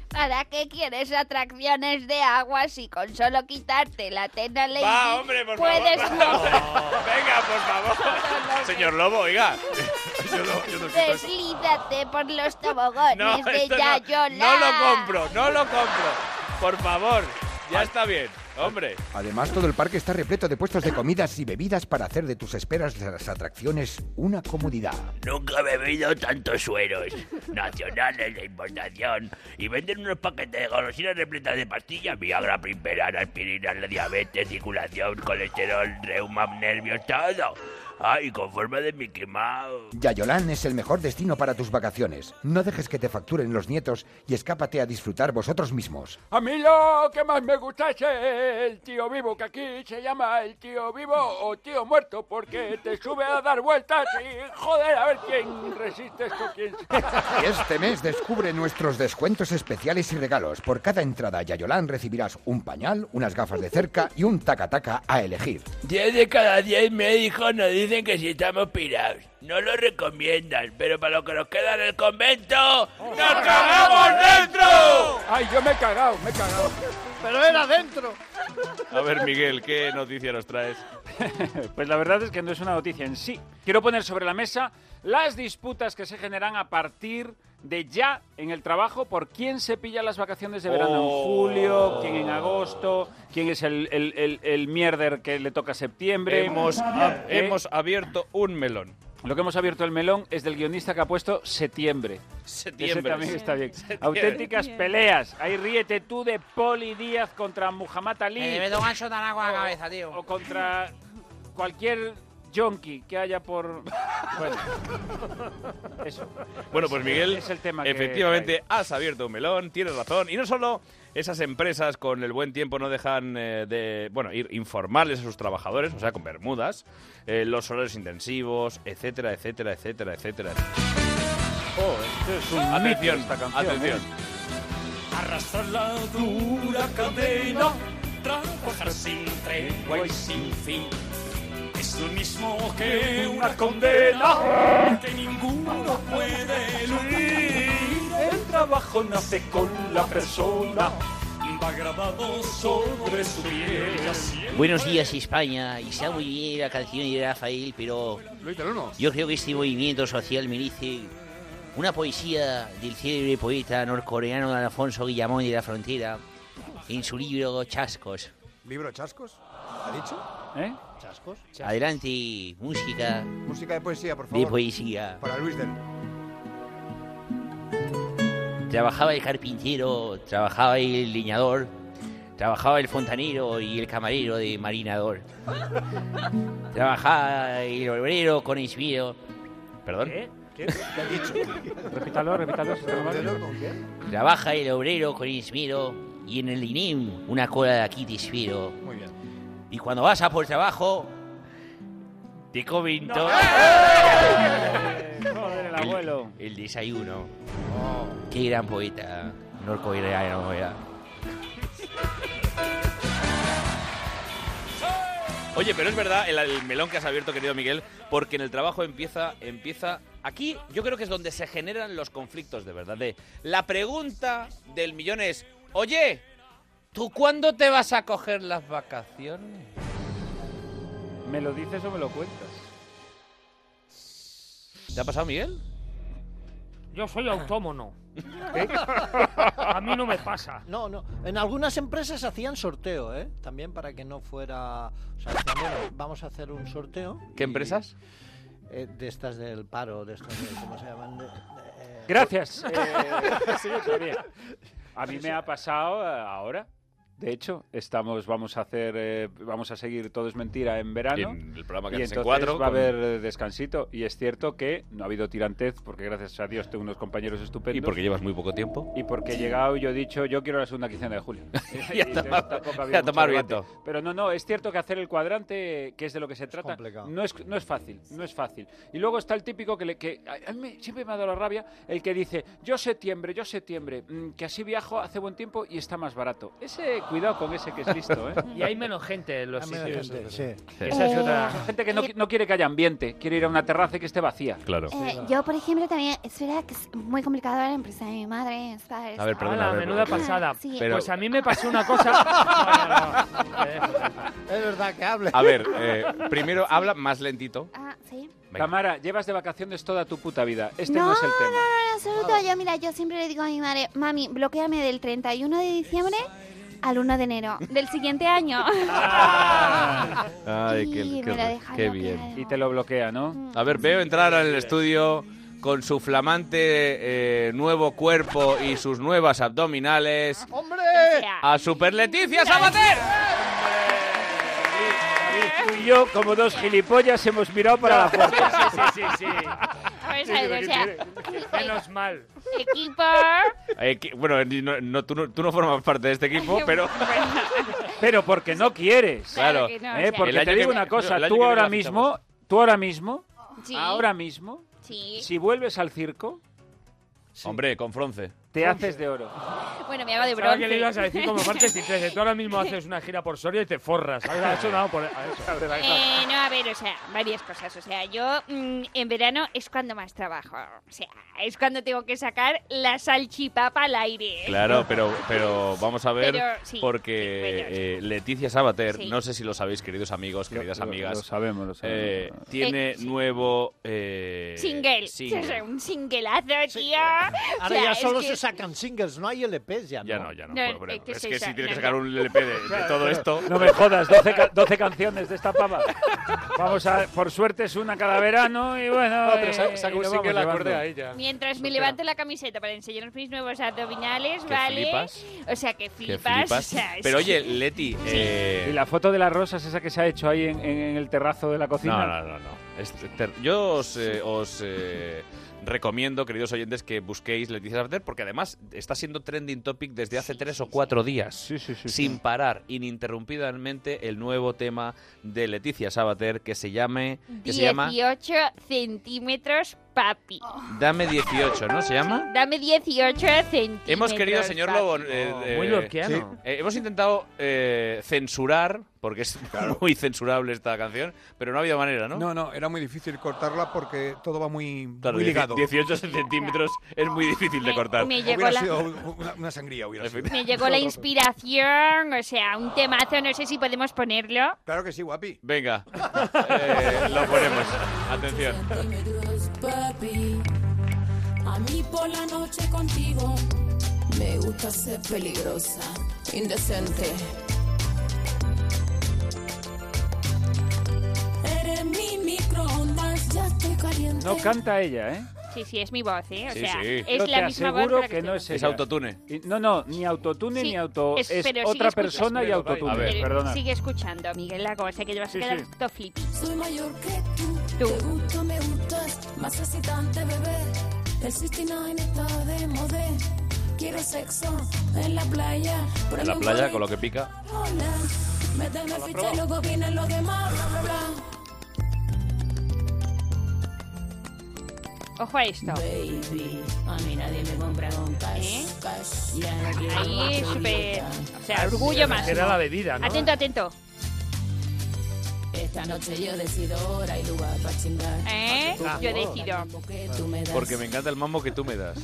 ¿Para qué quieres atracciones de agua si con solo quitarte la tena lady
Va, hombre, por
puedes
favor.
no
Venga, por favor.
pues
señor Lobo, oiga. Yo no, yo no quito eso.
deslízate por los toboganes
No,
de
esto no-
Yayola?
no lo compro, no lo compro. Por favor, ya está bien, hombre.
Además, todo el parque está repleto de puestos de comidas y bebidas para hacer de tus esperas de las atracciones una comodidad.
Nunca he bebido tantos sueros nacionales de importación y venden unos paquetes de golosinas repletas de pastillas, Viagra, Primperal, aspirina, la diabetes, circulación, colesterol, reuma, nervios, todo. Ay, con forma de Mickey Mouse.
Yayolán es el mejor destino para tus vacaciones. No dejes que te facturen los nietos y escápate a disfrutar vosotros mismos.
A mí lo que más me gusta es el tío vivo, que aquí se llama el tío vivo o tío muerto, porque te sube a dar vueltas y joder, a ver quién resiste esto, quién...
Y Este mes descubre nuestros descuentos especiales y regalos. Por cada entrada a Yayolán recibirás un pañal, unas gafas de cerca y un tacataca a elegir.
10 de cada 10 médicos nos dicen que si estamos pirados. No lo recomiendan, pero para lo que nos queda en el convento, ¡nos cagamos dentro! Ay, yo me he cagado, me he cagado.
Pero era dentro.
A ver, Miguel, ¿qué noticia nos traes?
Pues la verdad es que no es una noticia en sí. Quiero poner sobre la mesa las disputas que se generan a partir de ya en el trabajo por quién se pilla las vacaciones de verano
Oh.
en julio, quién en agosto, quién es el, el, el- el mierder que le toca septiembre.
Hemos, ab-
Eh,
hemos abierto un melón.
Lo que hemos abierto el melón es del guionista que ha puesto septiembre.
Septiembre.
Ese también está bien.
Septiembre.
Auténticas
Septiembre.
peleas. Ahí ríete tú de Poli Díaz contra Muhammad Ali.
Eh, Me meto un gancho tan agua en la
O-
cabeza, tío.
O contra cualquier yonki que haya por... Bueno, eso.
Bueno, pues Miguel,
Es el tema que
efectivamente has abierto un melón, tienes razón. Y no solo esas empresas con el buen tiempo no dejan eh, de, bueno, ir informales a sus trabajadores, o sea, con bermudas, eh, los horarios intensivos, etcétera, etcétera, etcétera, etcétera.
Oh, esto es un
Atención,
mito esta canción,
atención.
¿eh?
Arrastrar la dura cadena, trabajar sin tregua y sin fin. Es lo mismo que una condena que ninguno puede eludir. El trabajo nace con la persona, va grabado sobre su piel. Así
Buenos días España, y está muy bien la canción de Rafael, pero yo creo que este movimiento social merece una poesía del célebre poeta norcoreano Alfonso Guillamón de la Frontera en su libro Chascos.
¿Libro Chascos? ¿Ha dicho?
¿Eh?
¿Chascos?
Adelante, música
Música de poesía, por favor.
de poesía.
Para Luis del...
Trabajaba el carpintero, trabajaba el leñador, trabajaba el fontanero y el camarero de marinador. Trabajaba el obrero con esmero. ¿Perdón?
¿Qué? ¿Qué ha dicho?
Repítalo, repítalo. si te lo vale.
Trabaja el obrero con esmero y en el INIM una cola de aquí te espero. Muy bien. Y cuando vas a por trabajo, te comen todo.
el abuelo.
El, desayuno. Qué gran poeta. Norcoreano era.
Oye, pero es verdad el, el melón que has abierto, querido Miguel, porque en el trabajo empieza, empieza. Aquí yo creo que es donde se generan los conflictos de verdad. De la pregunta del millón es, oye, ¿tú cuándo te vas a coger las vacaciones?
¿Me lo dices o me lo cuentas?
¿Te ha pasado, Miguel?
Yo soy autómono. A mí no me pasa.
No, no. En algunas empresas hacían sorteo, ¿eh? También para que no fuera... O sea, decían, bueno, vamos a hacer un sorteo.
¿Qué empresas?
eh, de estas del paro, de estas de... ¿Cómo se llaman? De- de- eh,
Gracias. Eh, sí, está bien. A mí me ha pasado eh, ahora. De hecho, estamos, vamos a hacer, eh, vamos a seguir todo es mentira en verano.
En el programa que
y
haces en
entonces
cuatro,
va a
con-
haber eh, descansito. Y es cierto que no ha habido tirantez porque gracias a Dios tengo unos compañeros estupendos.
Y porque llevas muy poco tiempo.
Y porque he llegado y yo he dicho, yo quiero la segunda quincena de julio.
Y a
entonces
tomar-
tampoco ha
y a
habido mucho
tomar
debate.
viento.
Pero no, no, es cierto que hacer el cuadrante, que es de lo que se trata,
complicado.
no es, no es fácil, no es fácil. Y luego está el típico que, le- que a a mí me- siempre me ha dado la rabia, el que dice, yo septiembre, yo septiembre, mm, que así viajo hace buen tiempo y está más barato. Ese, cuidado con ese que es listo, ¿eh.
Y hay menos gente en los
Hay menos
sitios.
gente,
eso es verdad.
Sí.
Esa es otra.
Gente que no, qui- no quiere que haya ambiente, quiere ir a una terraza y que esté vacía.
Claro.
Eh, yo, por ejemplo, también, es verdad que es muy complicado la empresa de mi madre, mis padres. Ah,
A ver, perdona,
Ala,
a ver,
menuda
perdona.
pasada.
Sí.
Pero-
Pues a mí me pasó una cosa.
Es verdad que hable.
A ver, eh, primero habla más lentito.
Ah, sí.
Tamara, llevas de vacaciones toda tu puta vida. Este no,
no,
es el
no,
tema.
no, en absoluto. Yo, mira, yo siempre le digo a mi madre, mami, bloqueame del 31 de diciembre al 1 de enero del siguiente año.
Ah.
Ay, qué,
Sí,
qué-
me la Mm. deja
qué
bloqueada.
bien.
Y te lo bloquea, ¿no?
A ver, veo entrar al estudio con su flamante eh, nuevo cuerpo y sus nuevas abdominales
¡Hombre!
a Super Leticia Sabater.
Tú y yo, como dos gilipollas, hemos mirado para la foto.
Sí, sí, sí.
A ver, ¿sabes? O sea,
Menos mal.
equipo...
Eh, que- bueno, ni- no, no, tú, no, tú no formas parte de este equipo, pero...
Pero porque no quieres.
Claro.
que
no,
Eh,
o sea,
Porque
El año
te digo
que-
una cosa,
el
tú
año que viene
ahora
la fichamos.
mismo, tú ahora mismo,
Sí.
ahora mismo,
Sí.
si vuelves al circo,
Hombre, con Fronce.
te haces de oro.
Bueno, me hago de
Pensaba
bronce.
que le ibas a decir como martes y 13. Tú ahora mismo haces una gira por Soria y te forras. ¿sabes? Ha sonado por a eso.
Eh, no, a ver, o sea, varias cosas. O sea, yo mm, en verano es cuando más trabajo. O sea, es cuando tengo que sacar la salchipapa al aire.
Claro, pero, pero vamos a ver,
Pero sí,
porque eh, Leticia Sabater,
Sí.
no sé si lo sabéis, queridos amigos, queridas
lo-
amigas.
lo sabemos, lo sabemos.
eh, tiene nuevo... eh,
Single.
single.
Es un singleazo, tío. O
Ahora
sea,
ya
es
solo
que-
se sacan singles, no hay LPs ya.
Ya no, ya no.
No,
bueno, bueno,
eh, ¿qué
es
se
que
usa?
si tienes
No,
que sacar
no.
un LP de, de todo esto...
No me jodas, 12, ca- 12 canciones de esta pava. Vamos a, por suerte es una cada verano y bueno.
No, pero sa-
eh,
saca
y
un
lo
single
vamos
acorde
llevando.
a ella.
Mientras me levanto la camiseta para enseñaros mis nuevos abdominales,
Que
¿vale?
flipas.
O sea, que
Que
flipas.
flipas.
o sea, es
Pero
que-
oye, Leti... eh,
Y la foto de las rosas, esa que se ha hecho ahí en, en- en el terrazo de la
No,
cocina.
no, no, no. Es ter- Yo os, eh, os, eh, recomiendo, queridos oyentes, que busquéis Leticia Sabater porque además está siendo trending topic desde hace tres o cuatro días. sin parar, ininterrumpidamente, el nuevo tema de Leticia Sabater que se llame. Que se llama Oh.
18 centímetros, papi.
Dame 18, ¿no? ¿Se llama?
Dame 18 centímetros.
Hemos querido, señor
papi.
Lobo. eh, eh,
muy lorquiano.
eh, hemos intentado eh, censurar, porque es muy censurable esta canción, pero no ha habido manera, ¿no?
No, no, era muy difícil cortarla porque todo va muy,
Claro,
muy
dieci-
ligado.
18 centímetros es muy difícil de cortar.
me llegó
Hubiera
la-
sido una, una sangría, hubiera sido.
Me llegó
pues.
la inspiración, o sea, un temazo, no sé si podemos ponerlo.
Claro que sí, guapi.
Venga, eh, lo ponemos. Atención.
centímetros, papi. A mí por la noche contigo me gusta ser peligrosa, indecente. Eres mi microondas, ya estoy caliente.
No canta ella, ¿eh?
Sí, sí, es mi voz, ¿eh? O
Sí,
sea,
sí.
es
Yo
la
te
misma voz.
aseguro
con la
que no es
Es
ella.
autotune.
Y- No, no, ni autotune
Sí,
ni auto.
es-
Es,
pero sigue
otra
escuchando.
persona y
Pero vaya.
autotune.
A ver,
Perdona.
estoy- Sigue escuchando, Miguel, la cosa que te vas
Sí,
a quedar
sí.
todo flipi.
Soy mayor que tú, te gusta, me gustas, más excitante, bebé. El 69 está de modé. Quiero sexo en la playa. pero
En la
no
playa,
voy
con lo que pica.
sola. Me dan la ficha y luego vienen los demás. bla, bla, bla.
Ojo a esto. ¿Eh?
Baby, a mí nadie me compra con cash. cash. Ya no quiero
Ahí es súper. O sea,
Ah,
orgullo
sí,
más.
era la bebida, ¿no?
Atento, atento.
Esta noche yo decido hora y lugar para chingar.
¿Eh?
Ah.
Yo decido.
Que tú me das
Porque me encanta el mambo que tú me das.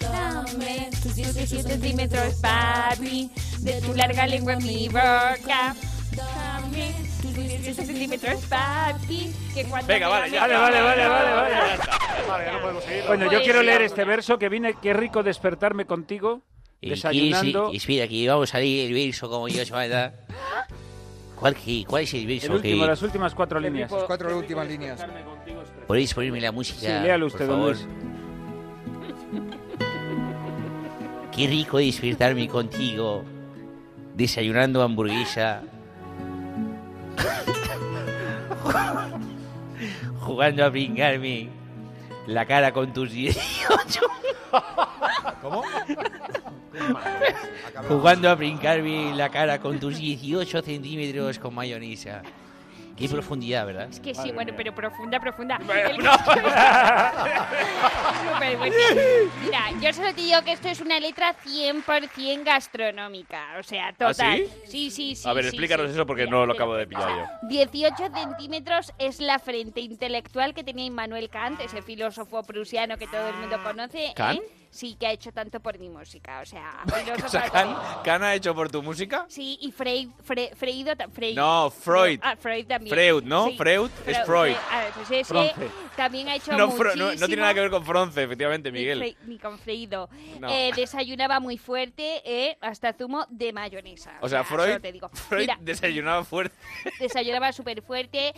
Dame
tus 17 centímetros, papi, de tu larga lengua en mi boca. Dame tus 18 centímetros, papi, que cuando
Venga,
me
vale, ya.
lamento-
Vale, vale, vale, vale, vale.
Ya está. Vale, ya no podemos seguir.
Bueno,
Pues
yo quiero leer este verso que viene, qué rico despertarme contigo, desayunando.
Y espera, que vamos a leer el verso como yo se manda. ¿Cuál, que- ¿Cuál es el verso?
El último,
que-
las últimas cuatro líneas.
Las cuatro últimas líneas.
¿Podéis ponerme la música?
Sí, léalo
por
usted, don
favor?
Luis.
Qué rico despertarme contigo, desayunando hamburguesa, jugando a brincarme la cara con tus 18.
¿Cómo?
Jugando a brincarme la cara con tus 18 centímetros con mayonesa. Qué profundidad, ¿verdad?
Es que sí, bueno, pero profunda, profunda. El- Súper bueno. Mira, yo solo te digo que esto es una letra 100% gastronómica. O sea, total. sí? Sí, sí,
¿Ah, A ver,
sí,
explícanos
sí.
eso porque no lo acabo de pillar yo.
18 centímetros es la frente intelectual que tenía Immanuel Kant, ese filósofo prusiano que todo el mundo conoce. ¿eh?
¿Kant?
Sí, que ha hecho tanto por mi música. O sea,
O
filósofo.
sea, ¿Can, Can ha hecho por tu música?
Sí, y Freud, Fre- Freido ta- Freud.
No, Freud.
Ah, Freud también.
Freud, ¿no?
Sí.
Freud es
Fre-
Freud.
ah, pues ese
Fronce.
también ha hecho
No, Fro-
muchísimo.
no- no tiene nada que ver con Fronce, efectivamente,
Ni
Miguel.
Fre- Ni, con Freido.
No.
Eh, desayunaba muy fuerte, eh, hasta zumo de mayonesa.
O sea,
solo
Freud,
te digo.
Freud
Mira,
desayunaba fuerte.
desayunaba súper fuerte.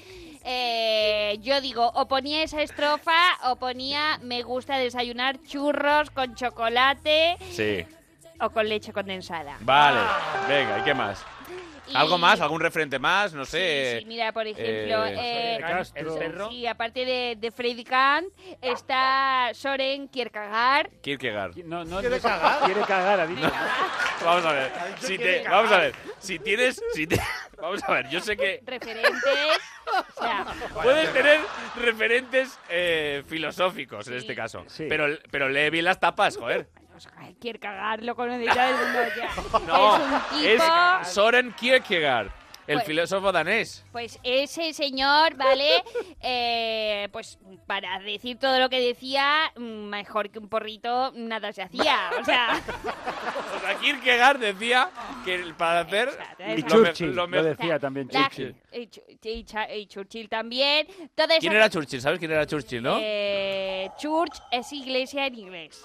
Eh, yo digo, o ponía esa estrofa, o ponía me gusta desayunar churros con chocolate
Sí.
o con leche condensada.
Vale, venga, ¿y qué más?
Y-
¿Algo más? ¿Algún referente más? No sé.
Sí, mira, por ejemplo,
eh,
eh, sí, aparte de, de Freddy Kant, está Soren Kierkegaard.
Kierkegaard.
No, no,
¿Quiere
no-
cagar?
Quiere cagar, ha dicho.
Vamos a ver. Si
quiere
te-
cagar.
vamos a ver. Si tienes. Si te- vamos a ver, yo sé que.
Referentes. O sea,
Puedes tener referentes eh, filosóficos en este caso. Pero, pero lee bien las tapas, joder.
Kierkegaard lo conoce ya el mundo ya.
No,
es un
es
tipo.
Soren Kierkegaard, el
Pues-
filósofo danés.
Pues ese señor, ¿vale? Eh, pues para decir todo lo que decía, mm, mejor que un porrito, nada se hacía. O sea,
O sea, Kierkegaard decía que el- para hacer...
Y
lo me-
Churchill,
lo
lo,
me-
decía también
la-
Churchill.
y, Chu- y Cha- y Churchill también. Toda esa-
¿Quién era Churchill? ¿Sabes quién era Churchill, no?
Eh, church es iglesia en inglés.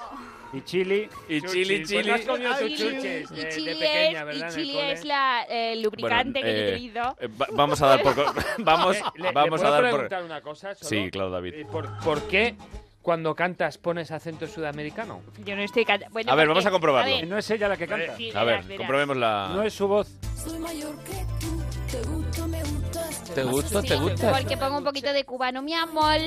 Y Chili. pues
Y Chili, Chili...
pues, has comido tus chuches
Ah, Y
de,
chili
de pequeña,
es,
¿verdad?
y
En el
chili
cole.
es la eh, lubricante que yo
eh,
te he ido.
eh, va- vamos a dar por... co- vamos
Eh, le- le
vamos a
puedo
dar por...
preguntar una cosa solo?
Sí, claro, David.
Eh, ¿Por, por qué cuando cantas pones acento sudamericano?
Yo no estoy canta- bueno,
A ver,
porque-
vamos a comprobarlo.
ver,
No es ella la que canta.
Sí,
A ver,
verás, verás.
comprobemos la...
No es su voz.
Soy mayor que tú, te gusto, me gustas.
¿Te gusta? ¿Te
Sí,
gusta?
Porque pongo un poquito de cubano, mi amor.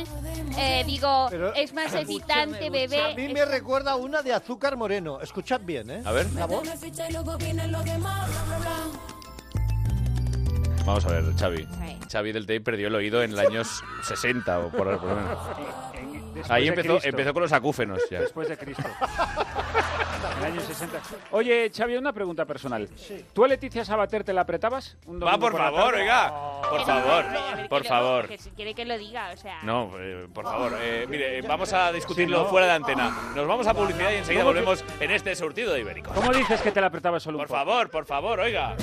Eh, digo,
Pero-
es más excitante,
A
bebé.
mí me recuerda una de Azúcar Moreno. Escuchad bien, ¿eh?
A ver.
La voz.
Me ficha y luego vienen los demás. bla, bla, bla.
Vamos a ver, Xavi.
Ahí.
Xavi del Tei perdió el oído en los años 60 o por, por lo menos.
Después
Ahí
de
empezó,
Cristo.
empezó con los acúfenos ya.
Después de Cristo. En el año 60. Oye, Xavi, una pregunta personal. ¿Tú a Leticia Sabater te la apretabas? Un
Va,
domingo
por
la
favor,
tarde?
oiga. Por favor, por favor.
Que si quiere que lo diga, o sea.
No, eh, por favor. eh, mire, eh, vamos a discutirlo fuera de antena. Nos vamos a publicidad y enseguida
¿Cómo que-
volvemos en este surtido de Ibérico.
¿Cómo dices que te la apretabas solo un
Por
poco?
favor, por favor, oiga.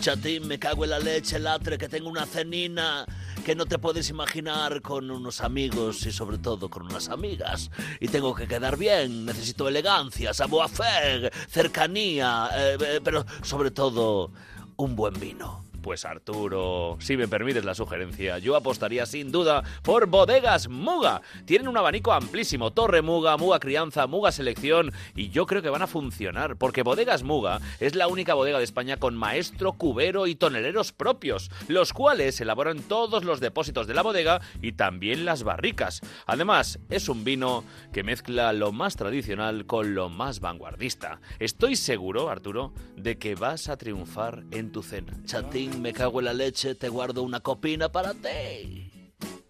Chatín, me cago en la leche, latre, que tengo una cenina que no te puedes imaginar con unos amigos y sobre todo con unas amigas. Y tengo que quedar bien, necesito elegancia, savoir-faire, cercanía, eh, eh, pero sobre todo un buen vino.
Pues Arturo, si me permites la sugerencia, yo apostaría sin duda por Bodegas Muga. Tienen un abanico amplísimo, Torre Muga, Muga Crianza, Muga Selección, y yo creo que van a funcionar, porque Bodegas Muga es la única bodega de España con maestro, cubero y toneleros propios, los cuales elaboran todos los depósitos de la bodega y también las barricas. Además, es un vino que mezcla lo más tradicional con lo más vanguardista. Estoy seguro, Arturo, de que vas a triunfar en tu cena.
Chatín, me cago en la leche, te guardo una copina para ti.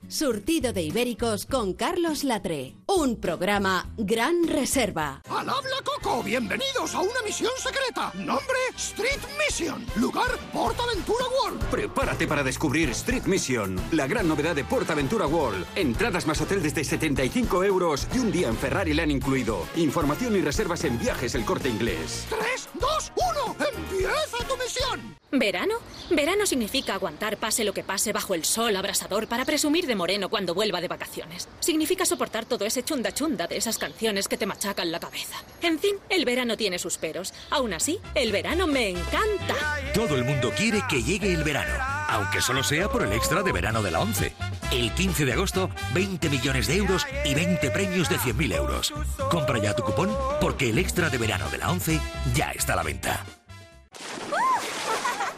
Surtido de Ibéricos con Carlos Latre. Un programa Gran Reserva.
Al habla Coco, bienvenidos a una misión secreta. Nombre Street Mission. Lugar PortAventura World.
Prepárate para descubrir Street Mission, la gran novedad de PortAventura World. Entradas más hotel desde 75 euros y un día en Ferrari le han incluido. Información y reservas en viajes el corte inglés.
3, 2, 1. Empieza tu misión.
¿Verano? Verano significa aguantar pase lo que pase bajo el sol abrasador para presumir de moreno cuando vuelva de vacaciones. Significa soportar todo ese chunda chunda de esas canciones que te machacan la cabeza. En fin, el verano tiene sus peros. Aún así, el verano me encanta.
Todo el mundo quiere que llegue el verano, aunque solo sea por el extra de verano de la 11. El 15 de agosto, 20 millones de euros y 20 premios de 100.000 euros. Compra ya tu cupón porque el extra de verano de la 11 ya está a la venta.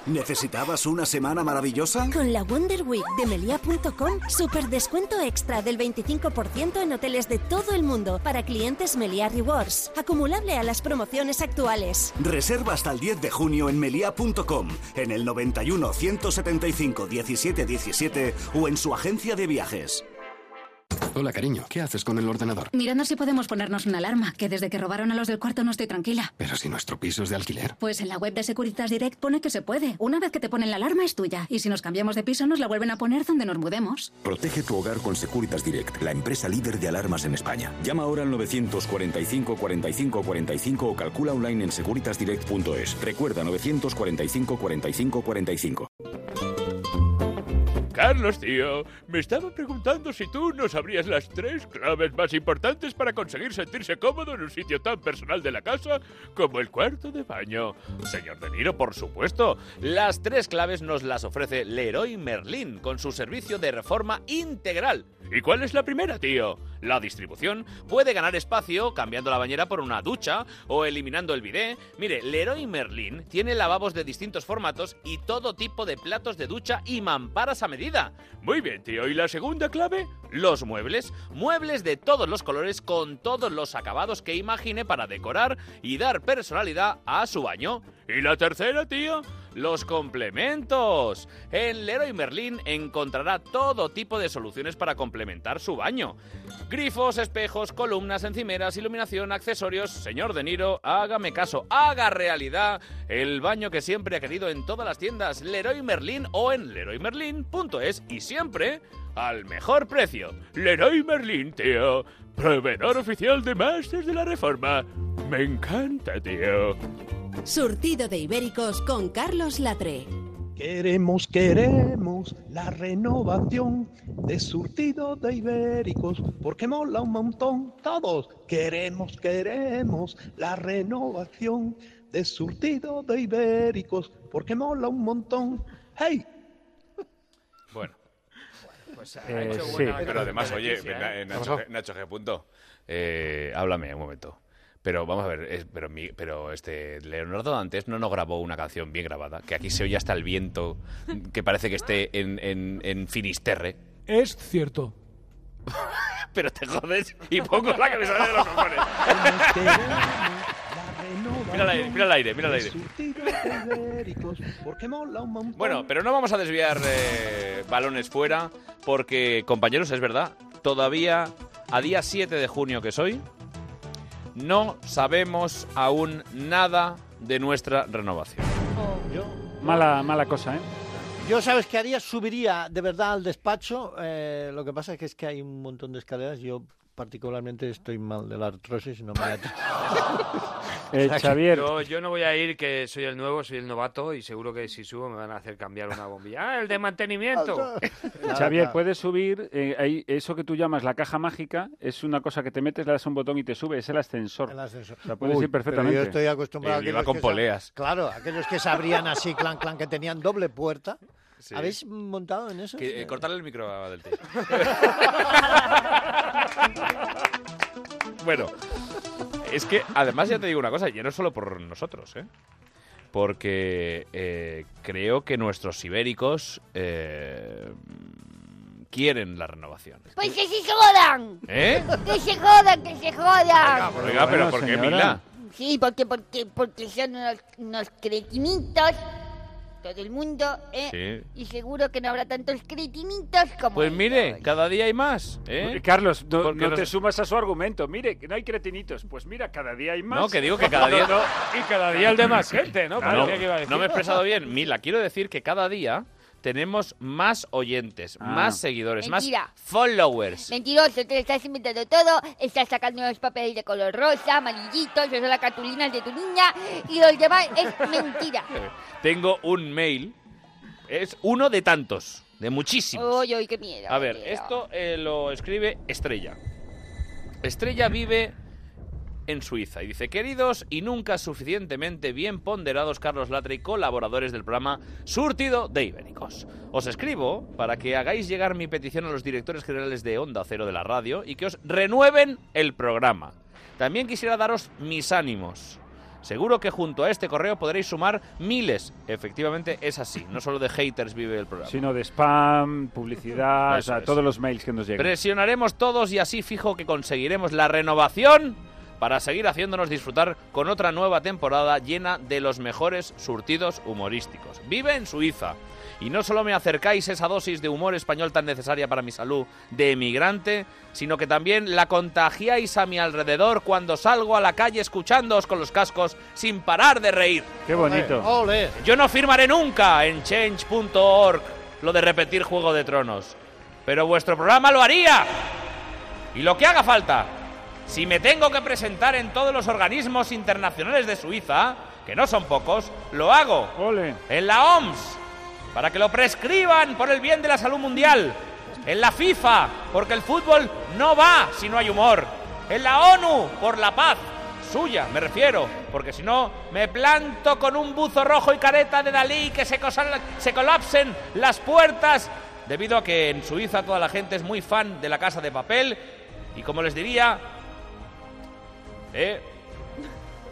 ¿Necesitabas una semana maravillosa?
Con la Wonder Week de melia.com, super descuento extra del 25% en hoteles de todo el mundo para clientes Melia Rewards, acumulable a las promociones actuales.
Reserva hasta el 10 de junio en melia.com, en el 91 175 17 17 o en su agencia de viajes.
Hola, cariño. ¿Qué haces con el ordenador?
Mirando si podemos ponernos una alarma, que desde que robaron a los del cuarto no estoy tranquila.
Pero si nuestro piso es de alquiler.
Pues en la web de Securitas Direct pone que se puede. Una vez que te ponen la alarma es tuya. Y si nos cambiamos de piso nos la vuelven a poner donde nos mudemos.
Protege tu hogar con Securitas Direct, la empresa líder de alarmas en España. Llama ahora al 945 45 45 o calcula online en securitasdirect.es. Recuerda 945 45 45.
Carlos, tío, me estaba preguntando si tú nos sabrías las tres claves más importantes para conseguir sentirse cómodo en un sitio tan personal de la casa como el cuarto de baño.
Señor De Niro, por supuesto. Las tres claves nos las ofrece Leroy Merlin con su servicio de reforma integral. ¿Y cuál es la primera, tío? La distribución puede ganar espacio cambiando la bañera por una ducha o eliminando el bidé. Mire, Leroy Merlin tiene lavabos de distintos formatos y todo tipo de platos de ducha y mamparas a medida.
Muy bien, tío. ¿Y la segunda clave?
Los muebles, muebles de todos los colores con todos los acabados que imagine para decorar y dar personalidad a su baño.
¿Y la tercera, tío?
Los complementos. En Leroy Merlin encontrará todo tipo de soluciones para complementar su baño. Grifos, espejos, columnas, encimeras, iluminación, accesorios. Señor De Niro, hágame caso, haga realidad el baño que siempre ha querido en todas las tiendas Leroy Merlin o en leroymerlin.es y siempre al mejor precio.
Leroy Merlin, tío. Proveedor oficial de Masters de la Reforma. Me encanta, tío.
Surtido de Ibéricos con Carlos Latre.
Queremos, queremos la renovación de surtido de ibéricos, porque mola un montón todos. Queremos, queremos la renovación de surtido de ibéricos, porque mola un montón. ¡Hey!
Bueno.
Pues
Eh,
hecho
sí.
buena-
Pero además,
buena
oye,
noticia,
na-
¿eh?
eh, Nacho, G- Nacho G. Punto, eh, háblame un momento. Pero vamos a ver, es- pero, mi- pero este Leonardo antes no nos grabó una canción bien grabada, que aquí se oye hasta el viento, que parece que esté en, en- en Finisterre. Es cierto. Pero te jodes y pongo la que me sale de los cojones. Mira el aire, mira el aire, mira el aire.
Surtido de ibéricos, porque mola un montón.
Bueno, pero no vamos a desviar eh, balones fuera, porque, compañeros, es verdad, todavía a día 7 de junio que soy, no sabemos aún nada de nuestra renovación.
Mala, mala cosa, ¿eh?
Yo, ¿sabes qué haría? Subiría de verdad al despacho. eh, lo que pasa es que, es que hay un montón de escaleras. Yo
particularmente estoy mal de la artrosis y no me la
Eh, Xavier.
Yo, yo no voy a ir, que soy el nuevo, soy el novato y seguro que si subo me van a hacer cambiar una bombilla. ¡Ah, el de mantenimiento!
Xavier, puedes subir, eh, ahí, eso que tú llamas la caja mágica, es una cosa que te metes, le das un botón y te sube, es el ascensor.
El ascensor.
O sea, puedes
Uy,
ir perfectamente.
Pero yo estoy acostumbrado
Eh,
Eh,
a aquellos que sab- Claro, aquellos que se abrían así, clan, clan, que tenían doble puerta.
Sí.
¿Habéis montado en eso?
Que, eh, cortarle el micro a Delty. bueno, es que además ya te digo una cosa, ya no es solo por nosotros, ¿eh? Porque eh, creo que nuestros ibéricos eh, quieren la renovación.
Pues que se jodan.
¿Eh?
Que se jodan, que se
Oiga,
jodan.
pero
bueno,
¿por qué
señora.
Mila?
Sí, porque, porque, porque son unos, unos cretinitos. Todo el mundo, ¿eh?
Sí.
Y seguro que no habrá tantos cretinitos como.
Pues mire, cada día hay más. ¿eh?
Carlos, no,
Porque
no
nos-
te sumas a su argumento. Mire, que no hay cretinitos. Pues mira, cada día hay más.
No, que digo que cada día-
y cada día el de más gente, ¿no?
No,
Parecía
no,
que iba a decir.
no me he expresado bien. Mila, quiero decir que cada día tenemos más oyentes,
Ah.
más seguidores,
Mentira.
más followers.
Mentiroso, te lo estás inventando todo, estás sacando los papeles de color rosa, amarillitos, esas son las cartulinas de tu niña y los demás es mentira.
Tengo un mail. Es uno de tantos, de muchísimos.
Oye, oye, qué miedo.
A ver,
qué miedo.
esto eh, lo escribe Estrella. Estrella vive en Suiza y dice, queridos y nunca suficientemente bien ponderados Carlos Latre y colaboradores del programa Surtido de Ibéricos. Os escribo para que hagáis llegar mi petición a los directores generales de Onda Cero de la radio y que os renueven el programa. También quisiera daros mis ánimos. Seguro que junto a este correo podréis sumar miles. Efectivamente es así, no solo de haters vive el programa.
Sino de spam, publicidad, o
Eso
sea,
es.
todos los mails que nos llegan.
Presionaremos todos y así fijo que conseguiremos la renovación para seguir haciéndonos disfrutar con otra nueva temporada llena de los mejores surtidos humorísticos. Vive en Suiza. Y no solo me acercáis esa dosis de humor español tan necesaria para mi salud de emigrante, sino que también la contagiáis a mi alrededor cuando salgo a la calle escuchándoos con los cascos sin parar de reír.
Qué bonito.
¡Ole!
Yo no firmaré nunca en change.org lo de repetir Juego de Tronos. Pero vuestro programa lo haría. Y lo que haga falta. Si me tengo que presentar en todos los organismos internacionales de Suiza, que no son pocos, lo hago. En la OMS, para que lo prescriban por el bien de la salud mundial. En la FIFA, porque el fútbol no va si no hay humor. En la ONU, por la paz. Suya, me refiero, porque si no, me planto con un buzo rojo y careta de Dalí que se, cosa- se colapsen las puertas, debido a que en Suiza toda la gente es muy fan de la casa de papel. Y como les diría, eh,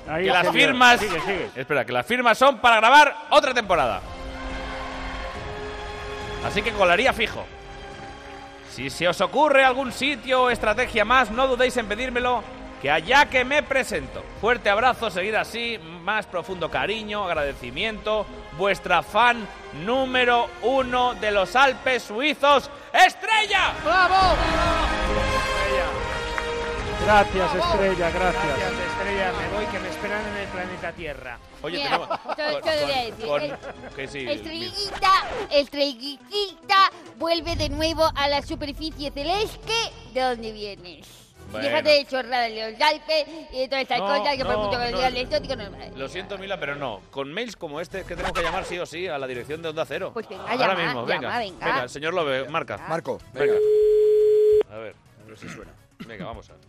Ahí,
que las
señor.
firmas.
Sigue, sigue.
Espera, que las firmas son para grabar otra temporada. Así que colaría fijo. Si se os ocurre algún sitio o estrategia más, no dudéis en pedírmelo, que allá que me presento. Fuerte abrazo, seguir así, más profundo cariño, agradecimiento. Vuestra fan número uno de los Alpes suizos, Estrella.
¡Bravo!
Gracias, Estrella, gracias.
Gracias, Estrella, me voy, que me esperan en el planeta Tierra.
Oye,
Mira, yo- yo debería decir, el-
que sí, mira.
Estrellita, estrellita, vuelve de nuevo a la superficie celeste de donde vienes.
Bueno.
Déjate de chorrada de los Alpes y de todas estas
No,
cosas que por
no,
mucho que
no,
lo diga el
es-
exótico no es verdad.
Lo siento, Mila, pero no. Con mails como este es que tenemos que llamar sí o sí a la dirección de Onda Cero.
Pues venga,
Ahora
llama,
mismo, venga.
llama, venga.
el señor lo ve, marca.
Marco,
venga. A ver, a ver si suena. Venga, vamos a ver.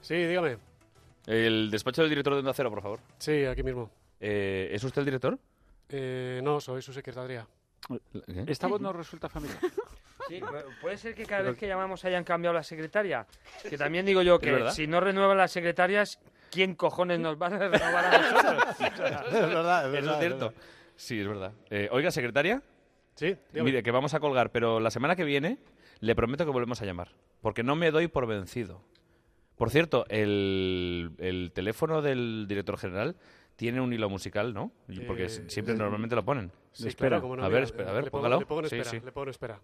Sí, dígame.
El despacho del director de Onda Cero, por favor.
Sí, aquí mismo.
Eh, ¿Es usted el director?
Eh, no, soy su secretaria.
Esta voz no resulta familiar.
Sí, puede ser que cada vez que llamamos hayan cambiado la secretaria. Que también digo yo
¿Es
que
verdad?
si no renuevan las secretarias, ¿quién cojones nos va a renovar a nosotros?
Es verdad, es
Eso es
verdad, es
cierto.
verdad.
Sí, es verdad. Eh, oiga, secretaria.
Sí,
Mire, que vamos a colgar, pero la semana que viene le prometo que volvemos a llamar. Porque no me doy por vencido. Por cierto, el, el teléfono del director general tiene un hilo musical, ¿no? Y- Porque
Eh,
si- siempre
eh,
normalmente lo ponen.
Sí,
Espera.
claro, cómo no,
a
mira,
ver, espera, a ver,
le pongo-
póngalo.
Le pongo en
Sí,
espera,
sí.
le pongo en espera.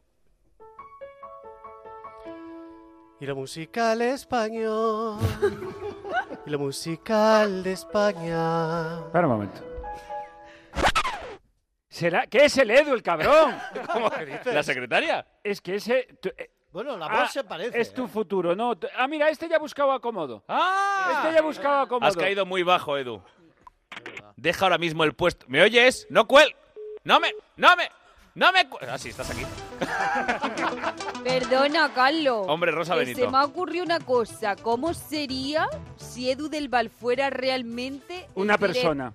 Y lo musical español. y lo musical de España.
Espera un momento. ¿Será? ¿Qué es el Edu, el cabrón?
¿Cómo que dices? ¿La secretaria?
Es que ese... tú- eh,
Bueno, la
ah,
voz se parece. ¿eh?
Es tu futuro, ¿no? T- Ah, mira, este ya buscaba acomodo.
¡Ah!
Este ya buscaba acomodo.
Has caído muy bajo, Edu. Deja ahora mismo el puesto. ¿Me oyes? ¡No cuel! ¡No me! ¡No me! ¡No me! cu- Ah, sí, estás aquí.
Perdona, Carlos.
Hombre, Rosa
que
Benito.
Se me ha ocurrido una cosa. ¿Cómo sería si Edu del Val fuera realmente... el
Una
direc-
persona.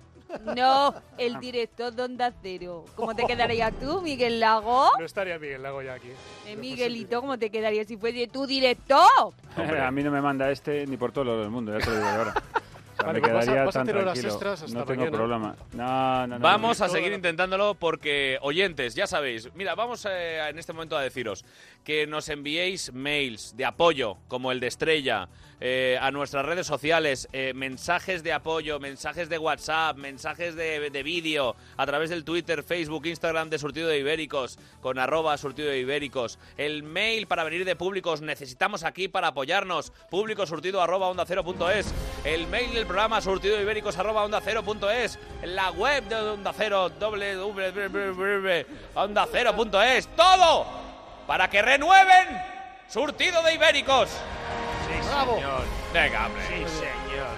No,
Ah.
el director de Onda Cero. ¿Cómo te quedarías tú, Miguel Lago?
No estaría Miguel Lago ya aquí.
Eh, Miguelito, ¿cómo te quedarías si fuese tu director?
A mí no me manda este ni por todo lo del mundo, ya te lo digo ahora. O sea, me
Vale, pues vas a-
quedaría
vas a
tan
hacer horas
tranquilo.
extras hasta
no tengo
mañana.
problema. No, no, no.
Vamos a seguir intentándolo porque, oyentes, ya sabéis, mira, vamos eh, en este momento a deciros que nos enviéis mails de apoyo, como el de Estrella, eh, a nuestras redes sociales, eh, mensajes de apoyo, mensajes de WhatsApp, mensajes de, de vídeo, a través del Twitter, Facebook, Instagram de Surtido de Ibéricos, con arroba Surtido de Ibéricos, el mail para venir de públicos, necesitamos aquí para apoyarnos, público surtido arroba onda cero punto es, el mail del programa surtido de ibéricos arroba onda cero punto es, la web de onda cero doble doble, doble, doble, doble, onda cero punto es, todo para que renueven surtido de ibéricos. Sí, señor. Venga, hombre. Sí, señor.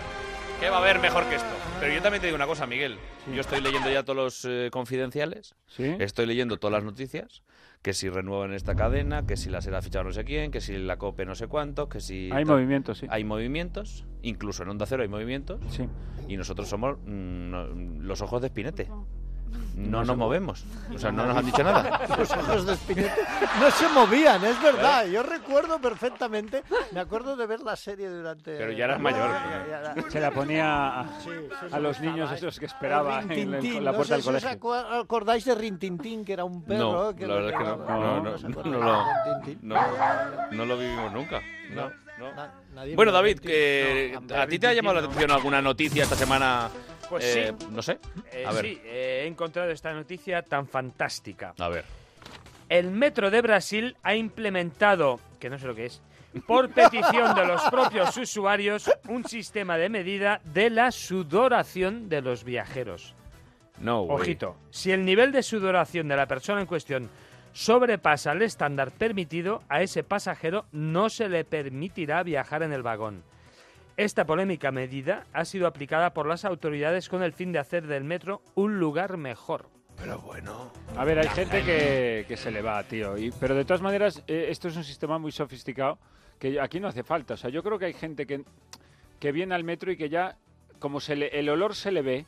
¿Qué va a haber mejor que esto? Pero yo también te digo una cosa, Miguel. Yo estoy leyendo ya todos los eh, confidenciales.
Sí.
Estoy leyendo todas las noticias. Que si renuevan esta cadena, que si la será fichado no sé quién, que si la COPE no sé cuánto, que si...
Hay
tal.
movimientos, sí.
Hay movimientos. Incluso en Onda Cero hay movimientos.
Sí.
Y nosotros somos mm, no- los ojos de espinete. No
No
nos
somos-
movemos. O sea, no nos han dicho nada. Eh,
Los ojos de Spinetta no se movían, es verdad. Yo recuerdo perfectamente. Me acuerdo de ver la serie durante.
Pero ya eras mayor.
Ya, ya era-
Se la ponía a,
Sí, sí, sí,
a los
estaba
niños
ahí.
esos que esperaba
El
en,
Rin Tin
la- en
Tin,
la
no
puerta
sé si
del
os
colegio.
acua- acordáis de Rintintín, que era un
No,
perro?
la verdad es que no. No, no, no, no,
Ah,
no, no lo vivimos nunca. No.
Nadie
Bueno,
me lo
David,
mintió.
que
No,
¿a ti te ha llamado la atención alguna noticia esta semana?
Pues
Eh,
sí.
No sé.
Eh,
a ver.
Sí, eh, he encontrado esta noticia tan fantástica.
A ver.
El Metro de Brasil ha implementado, que no sé lo que es, por petición de los propios usuarios, un sistema de medida de la sudoración de los viajeros.
No, way.
Ojito, si el nivel de sudoración de la persona en cuestión sobrepasa el estándar permitido, a ese pasajero no se le permitirá viajar en el vagón. Esta polémica medida ha sido aplicada por las autoridades con el fin de hacer del metro un lugar mejor.
Pero bueno.
A ver, hay gente que, que se le va, tío. y- pero de todas maneras, eh, esto es un sistema muy sofisticado que aquí no hace falta. O sea, yo creo que hay gente que, que viene al metro y que ya, como se le- el olor se le ve,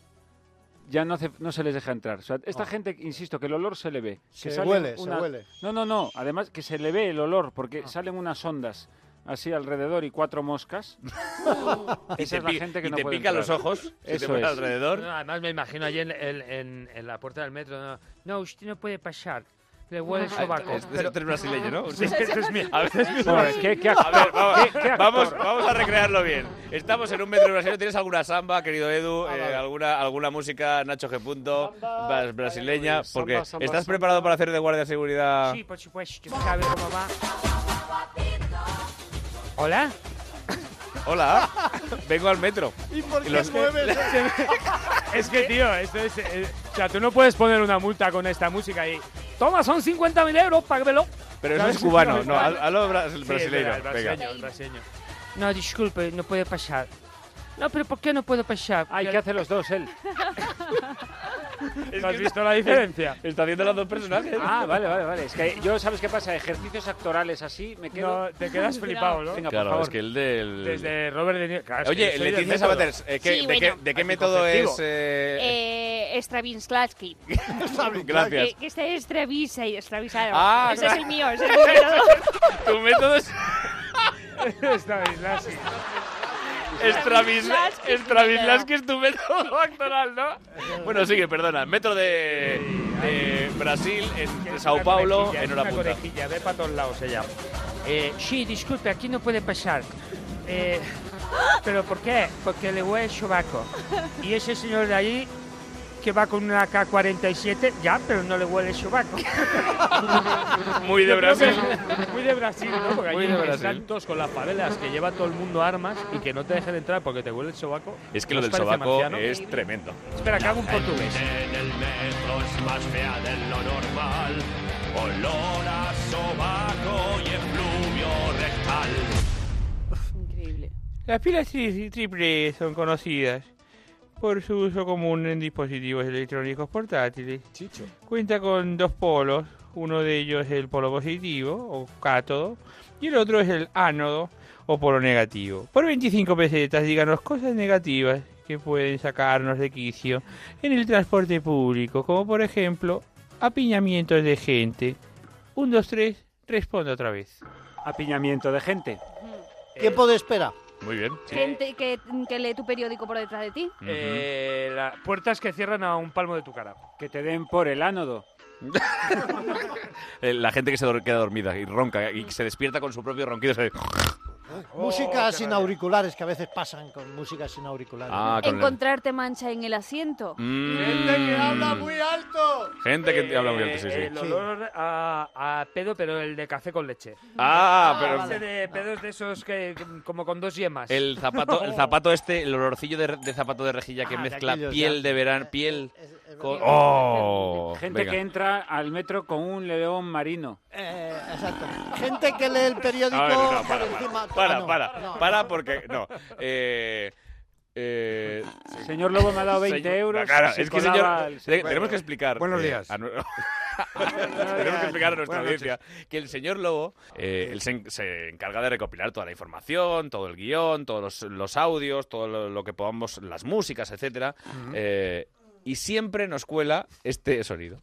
ya no, hace- no se les deja entrar. O sea, esta
Oh.
Ah.
gente, insisto, que el olor se le ve.
Se
que salen
huele, se
una-
huele.
No, no, no. Además, que se le ve el olor porque
Ah.
salen unas ondas así alrededor y cuatro moscas. Esa
Y te
es la
pi-
gente que
y
no
te
puede
pican los
entrar.
ojos, si te
Eso
pones
es.
alrededor.
No, además me imagino allí en, en- en- en la puerta del metro. No, No, usted no puede pasar. Le huele el
Ah,
sobaco.
es- es- este es brasileño, ¿no?
Sí, este es mío.
A ver,
Joder, qué- qué actor,
A ver, vamos,
qué- qué actor.
vamos, vamos a recrearlo bien. Estamos en un metro brasileño. ¿Tienes alguna samba, querido Edu?
Ah,
Eh, alguna, ¿Alguna música, Nacho G. Punto, bas- brasileña?
eh, Samba,
Porque
samba,
¿estás
samba.
preparado para hacer de guardia de seguridad?
Sí, por supuesto. sabe cómo va. ¿Hola?
Hola, vengo al metro.
¿Y por
qué los- mueves?
es que, tío, esto es. eh, o sea, tú no puedes poner una multa con esta música y. Toma, son 50.000 euros, págamelo.
Pero eso
¿Sabes?
es cubano,
es
no,
cubano.
hazlo bra-
Sí, es
brasileño.
verdad, el
Venga.
brasileño, el brasileño. No, disculpe, no puede pasar. No, pero ¿por qué no puedo pasar?
Ay, ¿qué hacen los dos, él?
¿No has visto la diferencia?
Está haciendo los dos personajes.
Ah, vale, vale, vale. Es que yo, ¿sabes qué pasa? Ejercicios actorales así, me quedo...
No, te quedas flipado, ¿no?
Venga,
Claro,
por
es
favor.
que el del.
Desde Robert De Niro. Claro, es que yo
Oye,
soy del
Leticia
método.
Sabater, eh, ¿qué-
Sí,
¿de qué,
bueno.
de qué método es?
Anticonceptivo.
eh,
Eh, Stravinsky.
Gracias.
Que, que este es Stravisa y Stravisado.
Ah,
ese
claro.
es el mío, ese es el mío.
Tu método es
Stanislavski.
Stravislas- Stravinsky, es tu método actoral, ¿no? Bueno, sigue, perdona. Metro de, de Brasil, en de Sao
Una
Paulo,
conejilla,
en
es
hora
una
punta.
conejilla, ve para todos lados ella. Eh, sí, disculpe, aquí no puede pasar. Eh, ¿Pero por qué? Porque le huele el sobaco. Y ese señor de allí
que va con una K-47, ya, pero no le huele el sobaco.
Muy de
Yo creo que-
Brasil.
Muy de Brasil, ¿no? Porque
Muy
allí
de
están
Brasil. todos con las favelas que lleva todo el mundo armas y que no te dejen entrar porque te huele el sobaco.
Es que
¿No
lo
os
del
parece
sobaco
marciano?
es tremendo.
Espera, que hago un portugués.
En el metro es más fea de lo normal. Olor a sobaco y efluvio rectal.
Increíble.
Las pilas tri- triple E son conocidas por su uso común en dispositivos electrónicos portátiles. Cuenta con dos polos, uno de ellos es el polo positivo o cátodo y el otro es el ánodo o polo negativo. Por 25 pesetas, díganos cosas negativas que pueden sacarnos de quicio en el transporte público, como por ejemplo apiñamientos de gente. 1, 2, 3, responde otra vez.
Apiñamiento de gente.
Tiempo de espera.
Muy bien.
Gente que, que lee tu periódico por detrás de ti.
Eh, la- puertas que cierran a un palmo de tu cara.
Que te den por el ánodo.
Eh, La gente que se dor- queda dormida y ronca y se despierta con su propio ronquido. se-
Oh, música sin auriculares, que a veces pasan con música sin auriculares.
Ah, con el-
Encontrarte mancha en el asiento.
Mm. Gente que habla muy
alto.
Gente que te habla muy
Eh,
alto, sí, sí.
El olor a, a pedo, pero el de café con leche.
Ah, pero-
Ese de pedos de esos que, que- como con dos yemas.
El zapato, el zapato este, el olorcillo de, de zapato de Eh, rejilla que
Ah, de
mezcla
aquellos,
piel
ya.
de verano, piel con...
verdad.
¡Oh!
Gente
Venga.
que entra al metro con un león marino.
Eh, exacto. Gente que lee el periódico
A ver, no,
por
para,
encima.
para, para,
Ah, no,
para,
no.
para, porque Oh, no. Eh, eh,
Señor Lobo me ha dado 20
señor-
euros,
Claro,
se
es que
colaba
señor,
el-
te- tenemos que explicar.
Buenos
eh,
días.
a nu- tenemos que explicar a nuestra
Buenas noches.
audiencia que el señor Lobo, eh, él se, en- se encarga de recopilar toda la información, todo el guión, todos los, los audios, todo lo, lo que podamos, las músicas, etcétera.
Ujú.
eh, y siempre nos cuela este sonido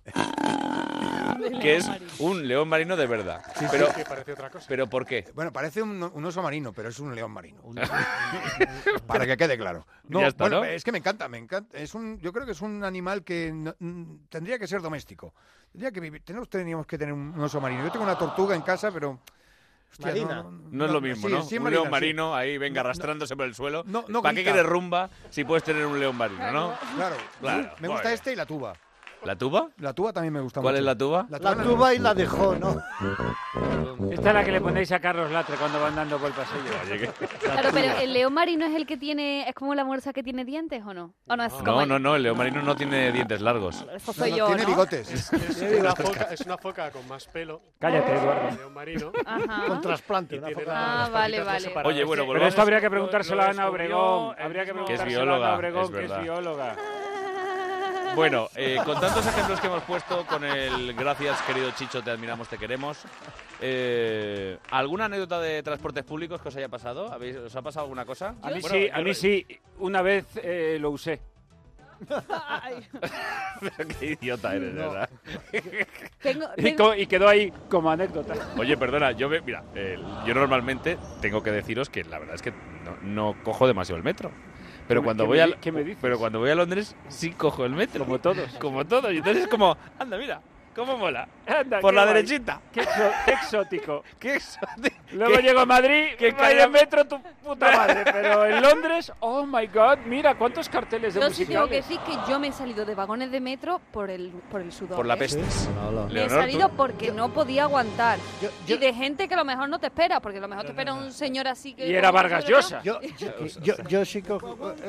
que es un león marino de verdad.
Sí, sí.
pero,
Que parece otra cosa.
¿Pero por qué?
Bueno, parece un, un oso marino, pero es un león marino. Para que quede claro. No,
Ya está,
bueno,
¿no?
es que me encanta, me encanta. Es un, yo creo que es un animal que no- mm, tendría que ser doméstico. Tendría que vivir. Tenemos, teníamos que tener un oso marino. Yo tengo una tortuga en casa, pero.
Marina. No es lo mismo, ¿no? un león marino ahí venga arrastrándose por el suelo.
No, no
¿Para qué
grita.
quieres rumba si puedes tener un león marino, no?
Claro.
Claro,
Me gusta
bueno.
este y la tuba.
¿La tuba?
La tuba también me gusta
¿Cuál
mucho.
es la tuba?
tuba,
La tuba y la dejó, ¿no?
Esta es la que le ponéis a Carlos Latre cuando va andando por el pasillo.
Claro, pero el león marino es el que tiene, es como la morsa que tiene dientes o no? O no es como
No,
el-
no, no, el león marino no tiene dientes largos.
Eso soy yo, ¿no?
Es, es una foca, es una foca con más pelo.
Cállate, Eduardo.
De un marino.
Ajá.
Con trasplante.
una foca.
Ah, vale, vale.
Oye, bueno,
Pero
volvamos.
esto habría que preguntárselo
lo
a Ana
descubrió
Obregón.
el
Habría que
mismo-
Que es
preguntárselo a Ana
bióloga,
Obregón,
es
que es
verdad.
bióloga.
Bueno, eh, con tantos ejemplos que hemos puesto, con el gracias, querido Chicho, te admiramos, te queremos. eh, ¿Alguna anécdota de transportes públicos que os haya pasado? ¿Habéis- ¿Os ha pasado alguna cosa?
A mí
Bueno,
sí,
yo
a mí
no-
sí. Una vez eh, lo usé.
Qué idiota eres, de
No.
¿verdad?
Tengo,
Y,
tengo-
co- y quedó ahí como anécdota.
Oye, perdona, yo me- mira, eh, yo normalmente tengo que deciros que la verdad es que no, no cojo demasiado el metro.
¿Qué
Pero
me-
cuando
qué
voy
me
a
di- qué me dices?
pero cuando voy a Londres sí cojo el metro. Como
todos.
Como todos. Y entonces es como, anda, mira, cómo mola.
Anda,
Por
qué
la
guay.
derechita.
Qué, exo- qué exótico.
qué exótico.
Luego
Qué-
llego a Madrid,
qué
que vaya
cara-
en metro tu puta madre. Pero en Londres, oh my god, mira cuántos carteles de
yo sí tengo que
musicales.
decir que yo me he salido de vagones de metro por el, por el sudor.
Por la
¿eh?
peste.
Me
Leonor,
he salido
tú-
porque no podía aguantar. Y de gente que a lo mejor no te espera, porque a lo mejor te espera un señor así que...
Yo, yo, yo- yo sí que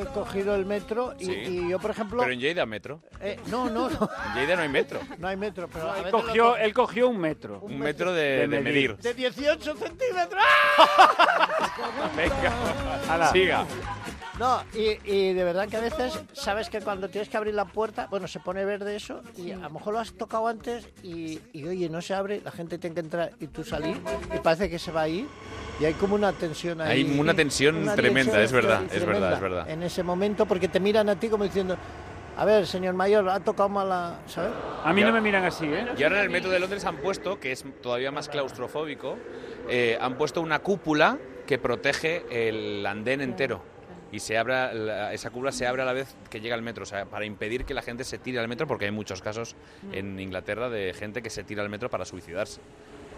he cogido el metro y,
Sí.
y yo, por ejemplo.
Pero en Lleida metro.
eh, no, no, no,
En Lleida no hay metro.
no hay metro. Pero a
Él
veces lo
cogió,
cojo.
él cogió un metro.
Un metro de, de medir.
De 18 centímetros.
Venga,
Ala.
siga.
No, y, y de verdad que a veces sabes que cuando tienes que abrir la puerta, bueno, se pone verde eso y a lo mejor lo has tocado antes y, y, oye, no se abre, la gente tiene que entrar y tú salir y parece que se va a ir y hay como una tensión ahí.
Hay una tensión tremenda, es verdad,
tre-
es verdad,
tremenda
es verdad.
En ese momento porque te miran a ti como diciendo, a ver, señor mayor, ha tocado mala, ¿sabes?
A mí no me miran así, ¿eh?
Y ahora en el metro de Londres han puesto, que es todavía más claustrofóbico, eh, han puesto una cúpula que protege el andén entero. Y se abra, la- esa cúpula se abre a la vez que llega al metro, o sea, para impedir que la gente
Mm.
se tire al metro, porque hay muchos casos en Inglaterra de gente que se tira al metro para suicidarse.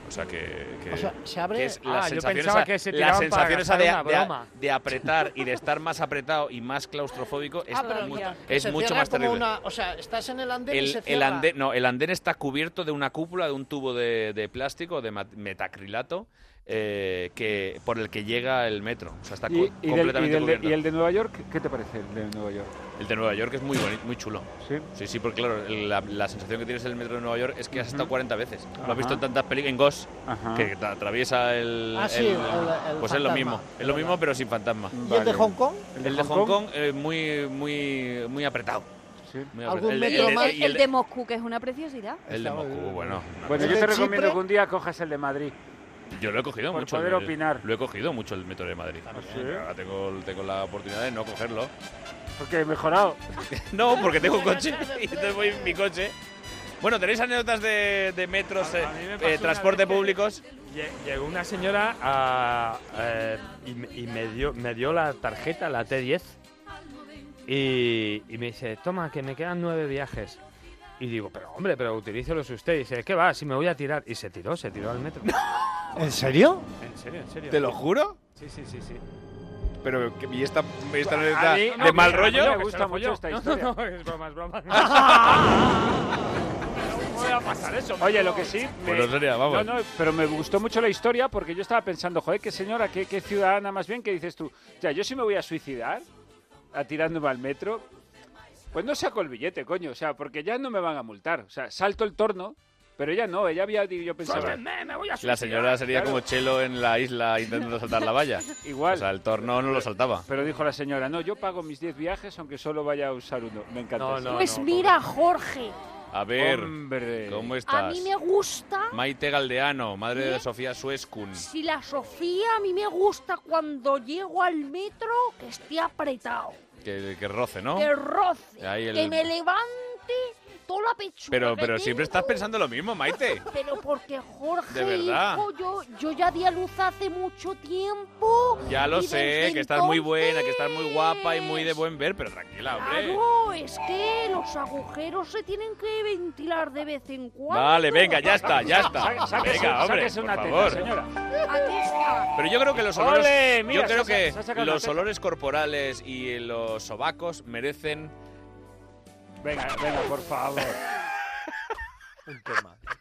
O sea, que, que-
O sea, se abre-
que es
Ah,
la
yo
sensación
pensaba
esa-
que se
la
tiraban
sensación
para
esa
gastar
de,
una
de-
broma.
de apretar y de estar más apretado y más claustrofóbico es,
Ah, pero
mu-
mira,
es
se
mucho
cierra
más
como
terrible.
una- o sea, estás en el andén y
El,
se
el
cierra.
andén, no, el andén está cubierto de una cúpula, de un tubo de, de plástico, de mat- metacrilato, eh, que, por el que llega el metro. O sea, está
Y,
cu-
y del-
completamente
y del de-
cubierto.
y el de Nueva York, ¿qué te parece el de Nueva York?
El de Nueva York es muy bonito, muy chulo.
Sí,
sí, porque claro, el- la, la sensación que tienes en el metro de Nueva York es que has estado
Ujú.
40 veces. Lo
Ajá.
has visto en tantas películas, en Ghost,
Ajá.
que te atraviesa el...
Ah, sí, el- el
pues es lo
fantasma,
mismo, es lo mismo pero sin fantasma.
¿Y el de Hong Kong?
El de, Hong, Kong, eh, muy, muy, muy apretado. Muy apretado.
¿Algún
El-
metro
el-
más?
y
El, de Moscú, que es una preciosidad.
el de Moscú, bueno. una
Bueno,
cosa.
yo te recomiendo que un día cojas el de Madrid.
Yo lo he cogido
por
mucho.
poder
el-
opinar.
Lo he cogido mucho el metro de Madrid.
sí?
Ahora tengo, tengo la oportunidad de no cogerlo.
Porque he mejorado.
No, porque tengo coche y entonces voy en mi coche. Bueno, ¿tenéis anécdotas de, de metros, eh, eh,
pasó una
transporte
vez que-
públicos?
Lle- Llegó una señora a- eh, y, me- y me, dio, me dio la tarjeta, la T10, y, y me dice, toma, que me quedan nueve viajes. Y digo, pero hombre, pero utilícelos usted. Y dice, ¿qué va? Si me voy a tirar. Y se tiró, se tiró al metro.
¿En serio?
En serio, en serio.
¿Te lo juro?
Sí, sí, sí, sí.
Pero, ¿qué- ¿y esta, y esta
A
anécdota
mí-
de
no,
mal
que-
rollo?
que se la folló. No, No, no, es broma, es broma. ¿Cómo me va a pasar eso?
Oye, lo que sí. me-
Bueno, Sonia, vamos.
No, no, pero me gustó mucho la historia porque yo estaba pensando, joder, qué señora, qué, qué ciudadana más bien, que dices tú, ya, yo sí me voy a suicidar a tirándome al metro. Pues no saco el billete, coño, o sea, porque ya no me van a multar. O sea, salto el torno, pero ella no, ella había, yo pensaba.
Cógeme, me voy a
La señora sería
Claro.
como Chelo en la isla intentando saltar la valla.
Igual.
O sea, el torno no lo saltaba.
Pero dijo la señora, no, yo pago mis 10 viajes aunque solo vaya a usar uno. Me encanta.
No,
eso.
no,
Pues mira, Jorge,
A ver,
Hombre.
¿cómo
a
estás?
mí me gusta,
Maite Galdeano, madre de Sofía Suescun.
si la Sofía, a mí me gusta cuando llego al metro que esté apretado,
Que, que roce, ¿no?
que roce,
Ahí el-
que me levante toda la pechuga.
Pero,
que
pero
tengo.
siempre estás pensando lo mismo, Maite.
Pero porque Jorge,
De verdad.
hijo, yo, yo ya di a luz hace mucho tiempo.
Ya lo
y
sé,
desde
que estás muy buena, que estás muy guapa y muy de buen ver, pero tranquila, hombre.
Claro, es que los agujeros se tienen que ventilar de vez en cuando.
Vale, venga, ya está, ya
Sa-
está.
sáquese-
Venga, hombre,
sáquese una
por
teta,
favor.
señora.
Aquí está.
Pero yo creo que los olores,
¡Ole! Mira,
yo creo
se ha-
que
se ha sacado
los
la teta.
olores corporales y los sobacos merecen
Venga, venga, por favor.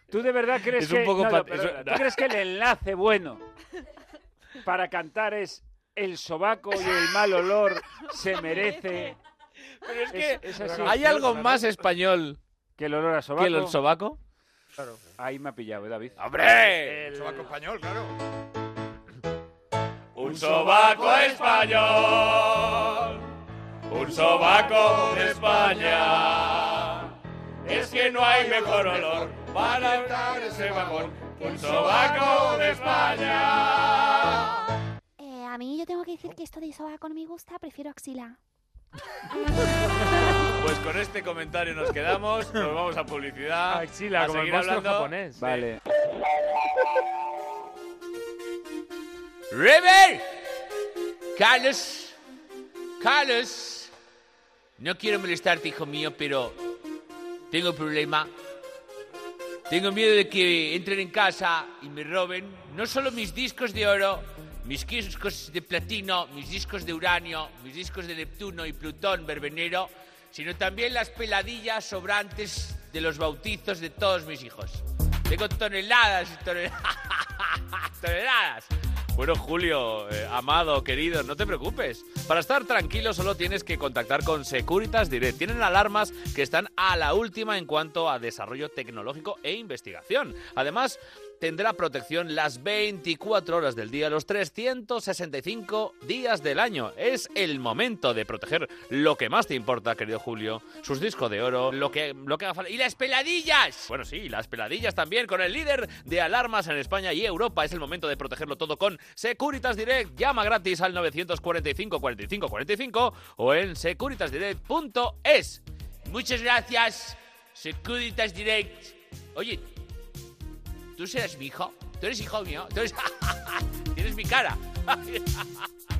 ¿Tú de verdad crees
Es un
que
poco
no,
pa-
no, pero,
es un-
¿tú crees que el enlace bueno para cantar es el sobaco y el mal olor se merece?
Pero es
que
¿hay algo más español
que el olor a sobaco.
que el sobaco.
Ahí me ha pillado, ¿eh, David. Eh,
¡Hombre!
El sobaco español, claro.
Un sobaco español, un sobaco de España. Es que no hay mejor olor para entrar en ese vagón. Un sobaco de España.
Eh, a mí yo tengo que decir que esto de sobaco no me gusta, prefiero axila.
Pues con este comentario nos quedamos, nos vamos a publicidad.
Axila,
a
como el
seguir
monstruo
hablando.
japonés.
Vale.
River, Carlos, Carlos, no quiero molestarte, hijo mío, pero tengo un problema. Tengo miedo de que entren en casa y me roben no solo mis discos de oro, mis discos de platino, mis discos de uranio, mis discos de Neptuno y Plutón verbenero, sino también las peladillas sobrantes de los bautizos de todos mis hijos. Tengo toneladas y toneladas. toneladas. Bueno, Julio, eh, amado, querido, no te preocupes. Para estar tranquilo solo tienes que contactar con Securitas Direct. Tienen alarmas que están a la última en cuanto a desarrollo tecnológico e investigación. Además, tendrá protección las 24 horas del día, los 365 días del año. Es el momento de proteger lo que más te importa, querido Julio. Sus discos de oro, lo que, lo que haga falta. ¡Y las peladillas! Bueno, sí, las peladillas también con el líder de alarmas en España y Europa. Es el momento de protegerlo todo con Securitas Direct. Llama gratis al 945 45 45 o en securitasdirect.es. Muchas gracias, Securitas Direct. Oye, ¿tú serás mi hijo? ¿Tú eres hijo mío? ¿Tú eres... Tienes mi cara.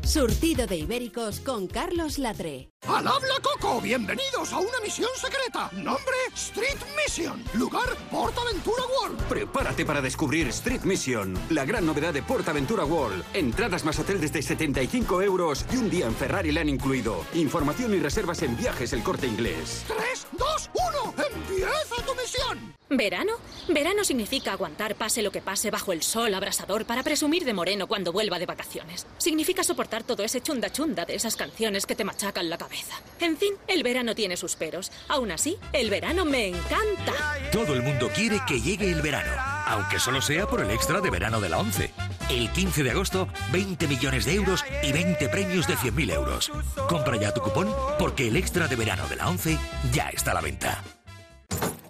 Surtido de ibéricos con Carlos Latre.
Al habla Coco, bienvenidos a una misión secreta. Nombre Street Mission. Lugar PortAventura World.
Prepárate para descubrir Street Mission, la gran novedad de PortAventura World. Entradas más hotel desde 75 euros y un día en Ferrari le han incluido. Información y reservas en viajes el corte inglés.
3, 2, 1. Empieza tu misión.
¿Verano? Verano significa aguantar pase lo que pase bajo el sol abrasador para presumir de moreno cuando vuelva de vacaciones. Significa soportar todo ese chunda chunda de esas canciones que te machacan la cabeza. En fin, el verano tiene sus peros. Aún así, el verano me encanta.
Todo el mundo quiere que llegue el verano, aunque solo sea por el extra de verano de la 11. El 15 de agosto, 20 millones de euros y 20 premios de 100.000 euros. Compra ya tu cupón porque el extra de verano de la 11 ya está a la venta.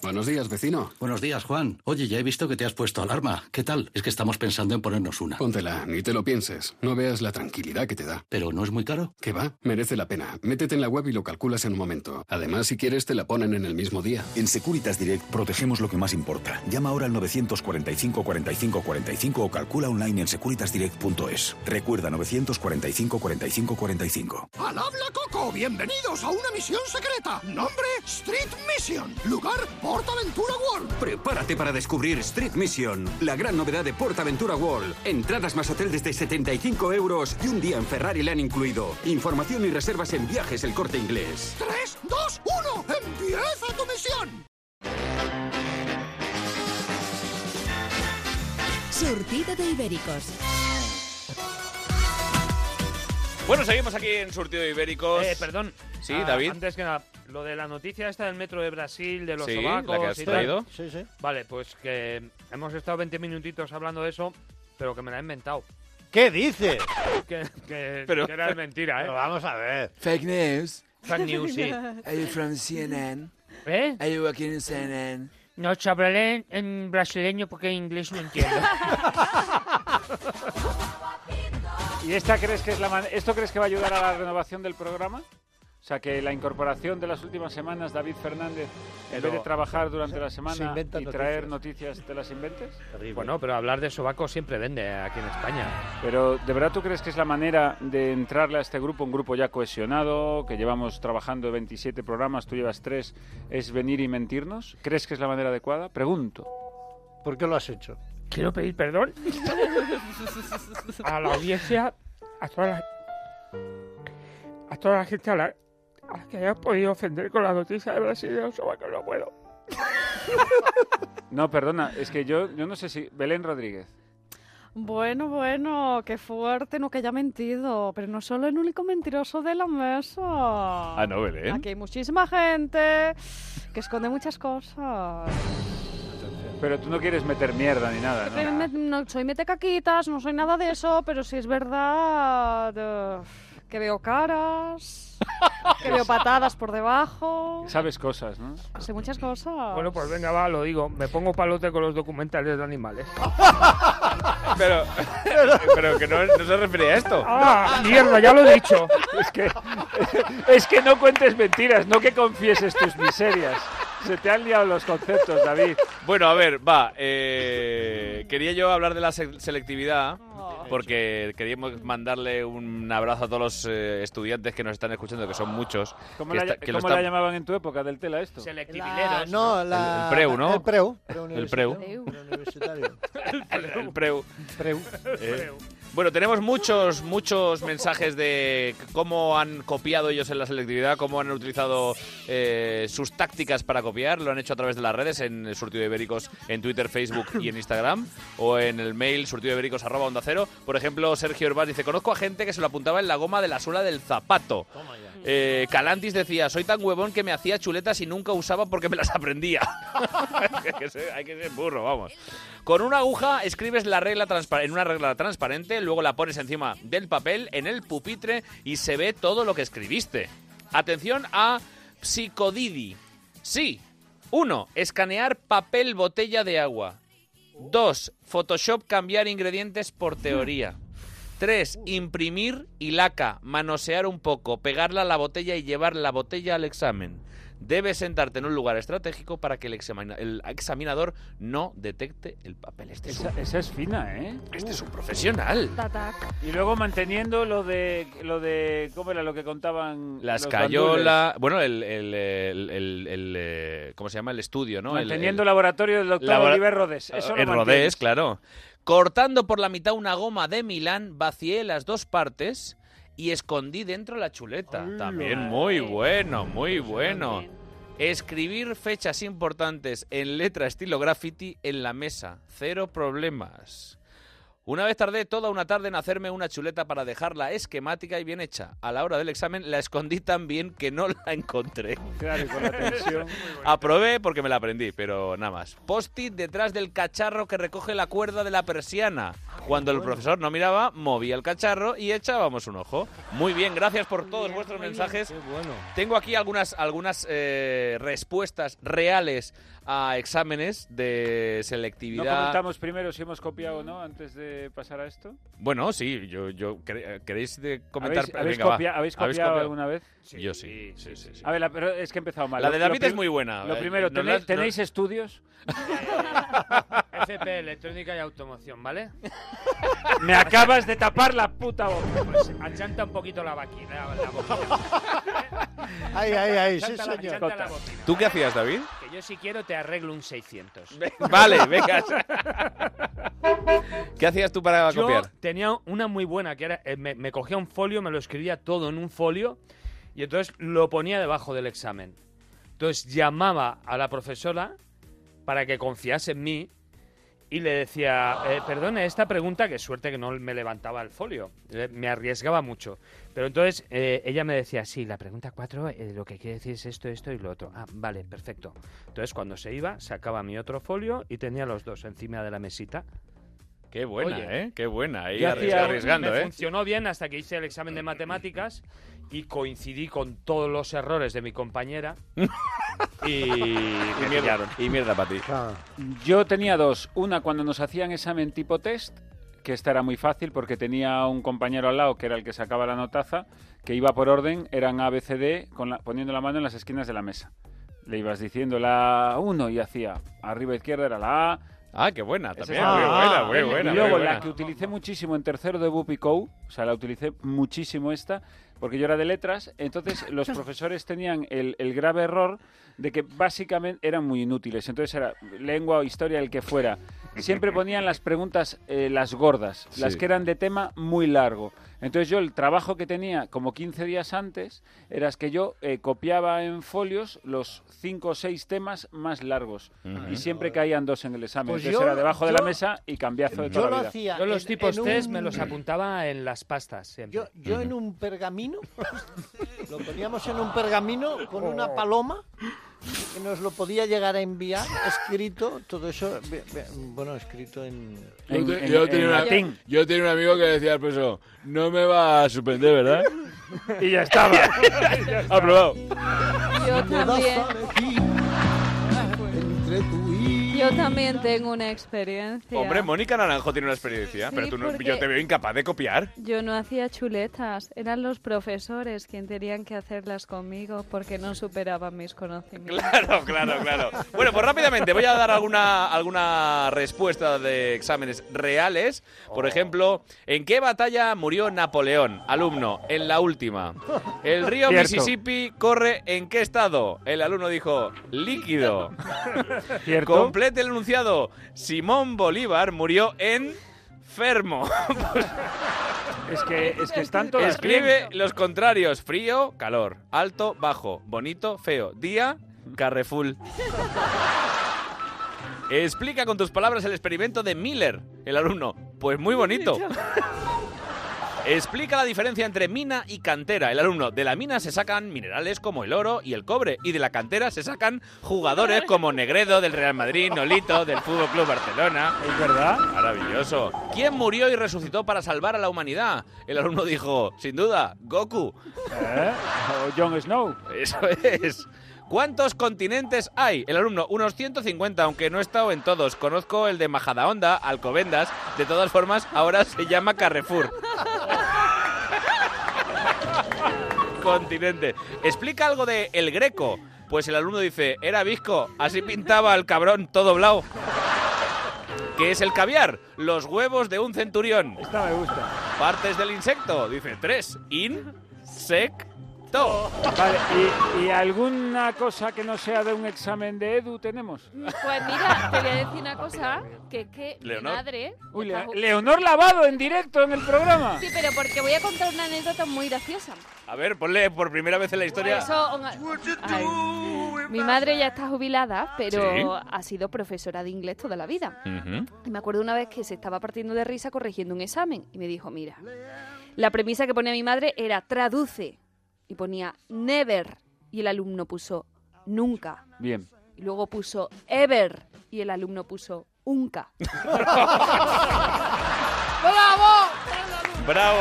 Buenos días, vecino.
Buenos días, Juan. Oye, ya he visto que te has puesto alarma. ¿Qué tal? Es que estamos pensando en ponernos una.
Póntela, ni te lo pienses. No veas la tranquilidad que te da.
¿Pero no es muy caro?
Que va, merece la pena. Métete en la web y lo calculas en un momento. Además, si quieres, te la ponen en el mismo día.
En Securitas Direct protegemos lo que más importa. Llama ahora al 945 45 45 o calcula online en securitasdirect.es. Recuerda 945 45 45.
Al habla Coco, bienvenidos a una misión secreta. Nombre Street Mission. Lugar PortAventura World.
Prepárate para descubrir Street Mission, la gran novedad de PortAventura World. Entradas más hotel desde 75 euros y un día en Ferrari le han incluido. Información y reservas en viajes el corte inglés.
3, 2, 1. Empieza tu misión.
Surtido de ibéricos.
Bueno, seguimos aquí en Surtido Ibéricos.
Eh, perdón.
Sí,
Ah,
David.
Antes que nada, lo de la noticia esta del metro de Brasil, de los
Sí,
sobacos
la que has
y tal.
traído.
Sí, sí.
Vale, pues que hemos estado 20 minutitos hablando de eso, pero que me la he inventado.
¿Qué dices?
Que, que-
Pero-
que era mentira, ¿eh?
Pero vamos a ver.
Fake news.
Fake news, sí.
Are you from CNN?
¿Eh?
Are you working in CNN?
No, te hablaré en, en brasileño porque en inglés no entiendo.
¿Y esta crees que es la man- esto crees que va a ayudar a la renovación del programa? O sea, que la incorporación de las últimas semanas, David Fernández, en
Pero-
vez de trabajar durante
se-
la
se
semana y
inventan
traer noticias, ¿te las inventes?
Bueno, pero hablar de sobaco siempre vende aquí en España.
Pero, ¿de verdad tú crees que es la manera de entrarle a este grupo, un grupo ya cohesionado, que llevamos trabajando 27 programas, tú llevas 3, es venir y mentirnos? ¿Crees que es la manera adecuada? Pregunto.
¿Por qué lo has hecho?
Quiero pedir perdón a la audiencia, a toda la, a toda la gente a la, a la que haya podido ofender con la noticia de Brasil de los sobacos, no puedo.
No, perdona, es que yo, yo no sé si... Belén Rodríguez.
Bueno, bueno, qué fuerte, no que haya mentido, pero no solo el único mentiroso de la mesa. Ah,
no, Belén.
Aquí hay muchísima gente que esconde muchas cosas.
Pero tú no quieres meter mierda ni nada,
Pero
¿no?
me- no soy metecaquitas, no soy nada de eso, pero sí es verdad eh, que veo caras, que veo patadas por debajo,
Sabes cosas, ¿no?
sé muchas cosas.
Bueno, pues venga, va, lo digo. Me pongo palote con los documentales de animales.
Pero, pero que no, no se refería a esto.
¡Ah, mierda! Ya lo he dicho.
Es que, es que no cuentes mentiras, no que confieses tus miserias. Se te han liado los conceptos, David.
Bueno, a ver, va. eh, quería yo hablar de la se- selectividad porque queríamos mandarle un abrazo a todos los eh, estudiantes que nos están escuchando, que son muchos.
¿Cómo,
que
la,
esta- que lo
cómo la
están-
llamaban en tu época del tela esto?
La- no, la,
el preu, ¿no?
El preu.
El preu.
Preuniversitario.
El preu.
Preu.
Eh, Bueno, tenemos muchos, muchos mensajes de c- cómo han copiado ellos en la selectividad, cómo han utilizado eh, sus tácticas para copiar. Lo han hecho a través de las redes, en el Surtido de Ibéricos, en Twitter, Facebook y en Instagram. O en el mail surtidobebéricos.onda cero. Por ejemplo, Sergio Urbán dice, conozco a gente que se lo apuntaba en la goma de la suela del zapato. Eh, Calantis decía, soy tan huevón que me hacía chuletas y nunca usaba porque me las aprendía. hay, que ser, hay que ser burro, vamos. Con una aguja escribes la regla transpa- en una regla transparente, luego la pones encima del papel, en el pupitre y se ve todo lo que escribiste. Atención a Psicodidi. Sí. 1. Escanear papel botella de agua. 2. Photoshop cambiar ingredientes
Hmm.
por teoría. 3. Imprimir y laca, manosear un poco, pegarla a la botella y llevar la botella al examen. debes sentarte en un lugar estratégico para que el, examina- el examinador no detecte el papel. Este es
Esa,
un-
esa es fina, ¿eh?
Este es un profesional.
Y luego manteniendo lo de lo de cómo era lo que contaban
La
los
escayola, bueno, el, el, el- el- el, eh, ¿cómo se llama? El estudio, ¿no? El-
Manteniendo
el-
el laboratorio del doctor
labora-
Oliver Rodés. Eso lo
el
mantienes.
Rodés, claro. Cortando por la mitad una goma de Milán, vacié las dos partes y escondí dentro la chuleta. También muy bueno, muy bueno. Escribir fechas importantes en letra estilo graffiti en la mesa. Cero problemas. Una vez tardé toda una tarde en hacerme una chuleta para dejarla esquemática y bien hecha. A la hora del examen la escondí tan bien que no la encontré.
Claro, y con la tensión.
Aprobé porque me la aprendí, pero nada más. Post-it detrás del cacharro que recoge la cuerda de la persiana. Cuando el profesor no miraba, movía el cacharro y echábamos un ojo. Muy bien, gracias por todos vuestros mensajes. Tengo aquí algunas, algunas eh, respuestas reales a exámenes de
No
selectividad.
comentamos primero si hemos copiado o no antes de pasar a esto.
bueno, sí, yo, yo cre- ¿queréis de comentar?
¿Habéis, habéis
Venga, va.
copia- habéis copiado alguna vez?
Yo sí. sí, sí, sí.
A ver, la- pero es que he empezado mal.
La
Lo-
de
lo
David es
prim-
muy buena.
Lo
Eh,
primero,
no
¿tenéis,
las- no-
tenéis estudios?
FP, electrónica y automoción, ¿vale?
Me acabas de tapar la puta boca.
Pues achanta un poquito la vaquina, la boquilla.
Ay, ay, ay, sí,
Achanta la-
señor.
achanta la boquilla.
¿Tú qué hacías, David?
Que yo si quiero te arreglo un 600.
Vale, venga. ¿Qué hacías tú para
Yo
copiar?
tenía una muy buena, que era, eh, me, me cogía un folio, me lo escribía todo en un folio y entonces lo ponía debajo del examen. Entonces llamaba a la profesora para que confiase en mí y le decía, eh, perdone, esta pregunta, que suerte que no me levantaba el folio, eh, me arriesgaba mucho. Pero entonces eh, ella me decía, sí, la pregunta 4 lo que quiere decir es esto, esto y lo otro. Ah, vale, perfecto. Entonces cuando se iba, sacaba mi otro folio y tenía los dos encima de la mesita.
Qué buena,
Oye.
¿eh? Qué buena. Ahí
Yo
arries-
hacía-
arriesgando,
me
¿eh?
funcionó bien hasta que hice el examen de matemáticas y coincidí con todos los errores de mi compañera. y me pillaron.
y mierda para ti.
Ah. Yo tenía dos. Una cuando nos hacían examen tipo test, que esta era muy fácil porque tenía un compañero al lado que era el que sacaba la notaza, que iba por orden, eran A, B, C, D, con la- poniendo la mano en las esquinas de la mesa. Le ibas diciendo la 1 y hacía arriba izquierda era la A.
Ah, qué buena
Esa
también.
estaba-
muy buena, muy buena.
Y
muy
luego
buena.
la que utilicé muchísimo en tercero de Bupi Co, o sea, la utilicé muchísimo esta, porque yo era de letras, entonces los profesores tenían el, el grave error de que básicamente eran muy inútiles. Entonces era lengua o historia, el que fuera. Siempre ponían las preguntas, eh, las gordas,
Sí.
las que eran de tema muy largo. Entonces yo el trabajo que tenía como 15 días antes era que yo eh, copiaba en folios los 5 o 6 temas más largos.
Ujú.
Y siempre caían dos en el examen.
Pues
Entonces
yo-
era debajo de la
yo-
mesa y cambiazo de toda la vida.
Yo los
en-
tipos
en
test
un-
me los apuntaba en las pastas siempre.
Yo, yo en un pergamino, lo poníamos en un pergamino con una paloma que nos lo podía llegar a enviar escrito, todo eso, ve- ve- bueno, escrito en...
Yo, te- yo tenía una- yo tenía un amigo que decía al profesor, no me va a sorprender, ¿verdad?
y ya estaba.
Aprobado.
Yo también. Yo también tengo una experiencia.
Hombre, Mónica Naranjo tiene una experiencia,
Sí,
pero tú no-
porque-
yo te veo incapaz de copiar.
Yo no hacía chuletas, eran los profesores quienes tenían que hacerlas conmigo porque no superaban mis conocimientos.
Claro, claro, claro. Bueno, pues rápidamente voy a dar alguna, alguna respuesta de exámenes reales. Por ejemplo, ¿en qué batalla murió Napoleón? Alumno, en la última. ¿El río
Cierto.
Mississippi corre en qué estado? El alumno dijo, líquido.
¿Cierto?
Complete el enunciado. Simón Bolívar murió en... Fermo.
Es que, es que están todas
Escribe los contrarios. Frío, calor. Alto, bajo. Bonito, feo. Día, Carrefour. Explica con tus palabras el experimento de Miller, el alumno. Pues muy bonito. Explica la diferencia entre mina y cantera. El alumno, de la mina se sacan minerales como el oro y el cobre, y de la cantera se sacan jugadores como Negredo del Real Madrid, Nolito del Fútbol Club Barcelona.
¿Es verdad?
Maravilloso. ¿Quién murió y resucitó para salvar a la humanidad? El alumno dijo, sin duda, Goku.
¿Eh? O Jon Snow.
Eso es. ¿Cuántos continentes hay? El alumno, unos 150, aunque no he estado en todos. Conozco el de Majadahonda, Alcobendas. De todas formas, ahora se llama Carrefour. Continente. Explica algo de El Greco. Pues el alumno dice, era visco, así pintaba el cabrón todo doblado. ¿Qué es el caviar? Los huevos de un centurión. Esta me gusta. Partes del insecto, dice tres. Insecto.
Vale, ¿y, y alguna cosa que no sea de un examen de Edu tenemos?
Pues mira, te voy a decir una cosa, que es que
Leonor.
mi madre...
Uy, Lea- Leonor Lavado en directo en el
Ah.
programa.
Sí, pero porque voy a contar una anécdota muy graciosa.
A ver, ponle por primera vez en la historia.
Eso, un- ay. Mi madre ya está jubilada, pero
Sí.
ha sido profesora de inglés toda la vida. Y me acuerdo una vez que se estaba partiendo de risa corrigiendo un examen y me dijo, mira, la premisa que ponía mi madre era traduce y ponía never y el alumno puso nunca
Bien.
y luego puso ever y el alumno puso unca. ¡Bravo!
Bravo.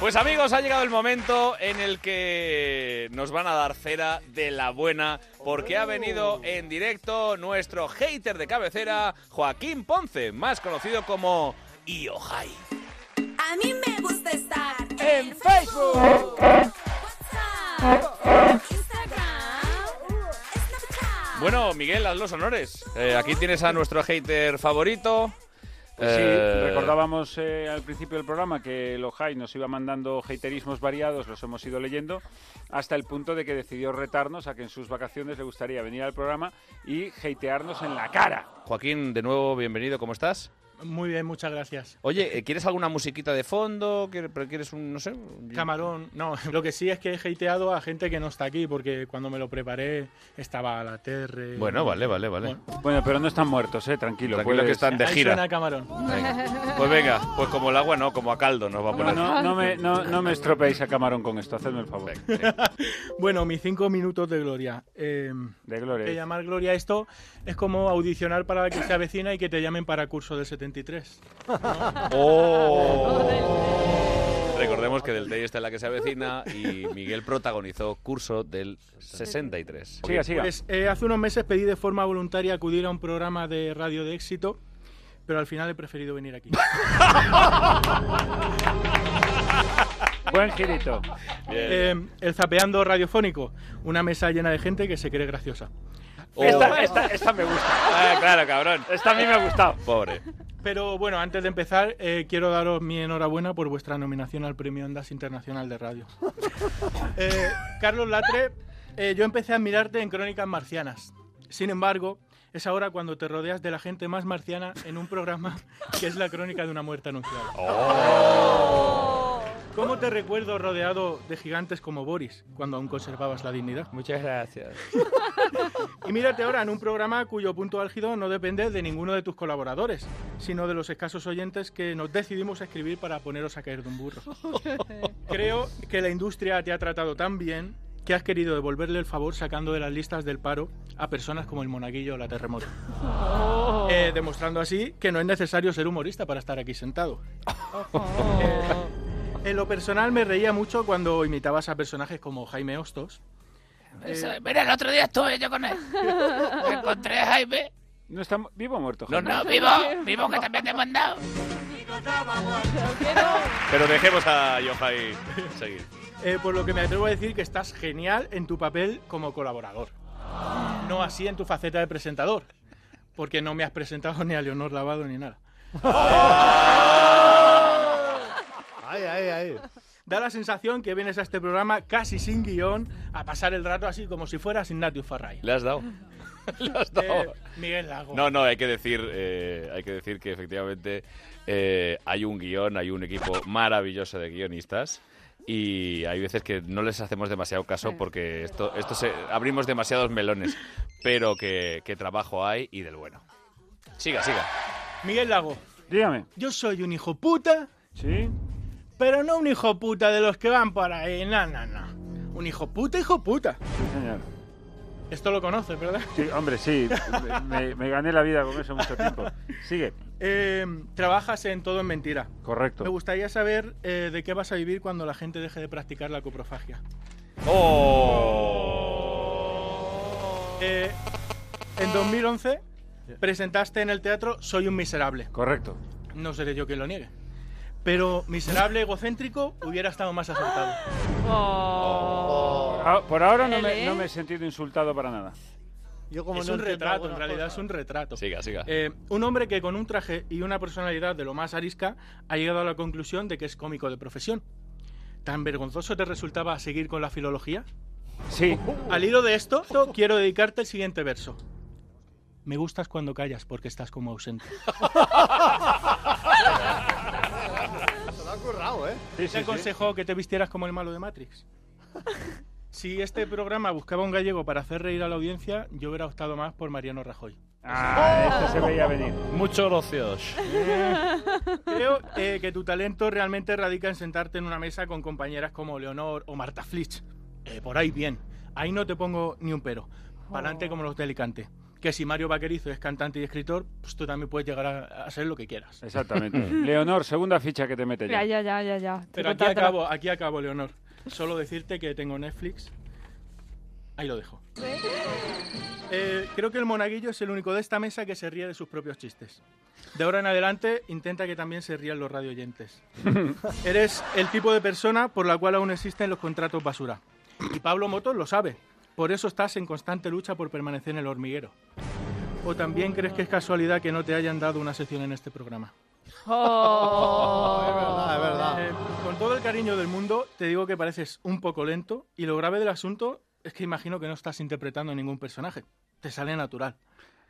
Pues amigos, ha llegado el momento en el que nos van a dar cera de la buena, porque ha venido en directo nuestro hater de cabecera, Joaquín Ponce, más conocido como Iohai.
A mí me gusta estar en Facebook.
Bueno, Miguel, haz los honores. Eh, aquí tienes a nuestro hater favorito.
Pues sí,
Eh,
recordábamos eh, al principio del programa que Lohai nos iba mandando haterismos variados, los hemos ido leyendo, hasta el punto de que decidió retarnos a que en sus vacaciones le gustaría venir al programa y hatearnos en la cara.
Joaquín, de nuevo, bienvenido, ¿cómo estás?
Muy bien, muchas gracias.
Oye, eh, ¿quieres alguna musiquita de fondo? ¿Quieres pero quieres un, no sé? un-
Camarón, no, lo que sí es que he hateado a gente que no está aquí, porque cuando me lo preparé estaba a la terre.
Bueno, vale, vale, vale.
Bueno, pero no están muertos, eh, tranquilo.
Tranquilo que están de
Ahí
gira.
suena Camarón.
Pues venga, pues como el agua no, como a caldo nos va a
No,
poner.
no, no me, no, no me estropeéis a Camarón con esto, hacedme el favor.
Bueno, mis cinco minutos de gloria. Eh,
De gloria.
de llamar gloria a esto es como audicionar para la que se avecina y que te llamen para curso del 73.
Recordemos que Del Tey está en la que se avecina y Miguel protagonizó curso del 63.
Pues, eh, hace unos meses pedí de forma voluntaria acudir a un programa de radio de éxito, pero al final he preferido venir aquí.
Buen girito.
Eh, el zapeando radiofónico, una mesa llena de gente que se cree graciosa.
Esta, esta- esta me gusta.
Ah, claro, cabrón.
Esta a mí me ha gustado.
Pobre.
Pero bueno, antes de empezar, eh, quiero daros mi enhorabuena por vuestra nominación al Premio Ondas Internacional de Radio. Eh, Carlos Latre, eh, yo empecé a admirarte en Crónicas Marcianas. Sin embargo, es ahora cuando te rodeas de la gente más marciana en un programa que es la crónica de una muerte anunciada. Oh. ¿Cómo te recuerdo rodeado de gigantes como Boris, cuando aún conservabas la dignidad? Muchas gracias. y mírate ahora en un programa cuyo punto álgido no depende de ninguno de tus colaboradores, sino de los escasos oyentes que nos decidimos a escribir para poneros a caer de un burro. Creo que la industria te ha tratado tan bien que has querido devolverle el favor sacando de las listas del paro a personas como el monaguillo o la terremoto.
Oh.
Eh, demostrando así que no es necesario ser humorista para estar aquí sentado. Eh, en lo personal me reía mucho cuando imitabas a personajes como Jaime Hostos. Eh,
Eso es. Mira, el otro día estuve yo con él. Me encontré a Jaime.
¿No está mu- vivo o muerto?
No,
Jaime?
no, vivo, vivo que también te he mandado.
Pues
Pero dejemos
Ah,
a Yohai seguir.
Eh, por lo que me atrevo a decir que estás genial en tu papel como colaborador. No así en tu faceta de presentador. Porque no me has presentado ni a Leonor Lavado ni nada.
Oh.
Ay, ay, ay. Da la sensación que vienes a este programa casi sin guión a pasar el rato así como si fueras Ignatius Farray.
¿Le has dado? ¿Le has dado?
Eh, Miguel Lago.
No, no, hay que decir, eh, hay que decir que efectivamente eh, hay un guión, hay un equipo maravilloso de guionistas. Y hay veces que no les hacemos demasiado caso porque esto, esto se, abrimos demasiados melones. Pero que, que trabajo hay y del bueno. Siga, siga.
Miguel Lago.
Dígame.
Yo soy un hijo puta.
Sí.
Pero no un hijo puta de los que van por ahí. No, no, no. Un hijo puta, hijo puta.
Sí, señor.
Esto lo conoces, ¿verdad?
Sí, hombre, sí. Me, me gané la vida con eso mucho tiempo. Sigue.
Eh, trabajas en todo en mentira.
Correcto.
Me gustaría saber eh, de qué vas a vivir cuando la gente deje de practicar la coprofagia.
¡Oh!
Eh, en 2011 presentaste en el teatro Soy un miserable.
Correcto.
No seré yo quien lo niegue. Pero miserable egocéntrico hubiera estado más acertado.
Ah, Por ahora no
Él,
me,
¿eh?
no me he sentido insultado para nada.
Yo
es un retrato, en realidad es un retrato.
Siga, siga.
Eh, un hombre que con un traje y una personalidad de lo más arisca ha llegado a la conclusión de que es cómico de profesión. ¿Tan vergonzoso te resultaba seguir con la filología?
Sí.
Al hilo de esto, to- quiero dedicarte el siguiente verso. Me gustas cuando callas porque estás como ausente.
Se lo ha currado, ¿eh?
te aconsejó que te vistieras como el malo de Matrix. Si este programa buscaba un gallego para hacer reír a la audiencia, yo hubiera optado más por Mariano Rajoy.
Ah, este se veía venir.
Muchos gracias.
Creo eh, que tu talento realmente radica en sentarte en una mesa con compañeras como Leonor o Marta Flitch. Eh, por ahí bien. Ahí no te pongo ni un pero. Para adelante como los de Alicante. Que si Mario Vaquerizo es cantante y escritor, pues tú también puedes llegar a, a ser lo que quieras.
Exactamente. Leonor, segunda ficha que te mete
Ya,
ya.
ya, ya, ya, ya.
Pero aquí
Te- te- te-
acabo, aquí acabo, Leonor. Solo decirte que tengo Netflix. Ahí lo dejo. Eh, creo que el monaguillo es el único de esta mesa que se ríe de sus propios chistes. De ahora en adelante, intenta que también se rían los radioyentes. Eres el tipo de persona por la cual aún existen los contratos basura. Y Pablo Motos lo sabe. Por eso estás en constante lucha por permanecer en el hormiguero. ¿O también crees que es casualidad que no te hayan dado una sección en este programa?
es verdad.
Eh, con todo el cariño del mundo, te digo que pareces un poco lento y lo grave del asunto es que imagino que no estás interpretando ningún personaje. Te sale natural.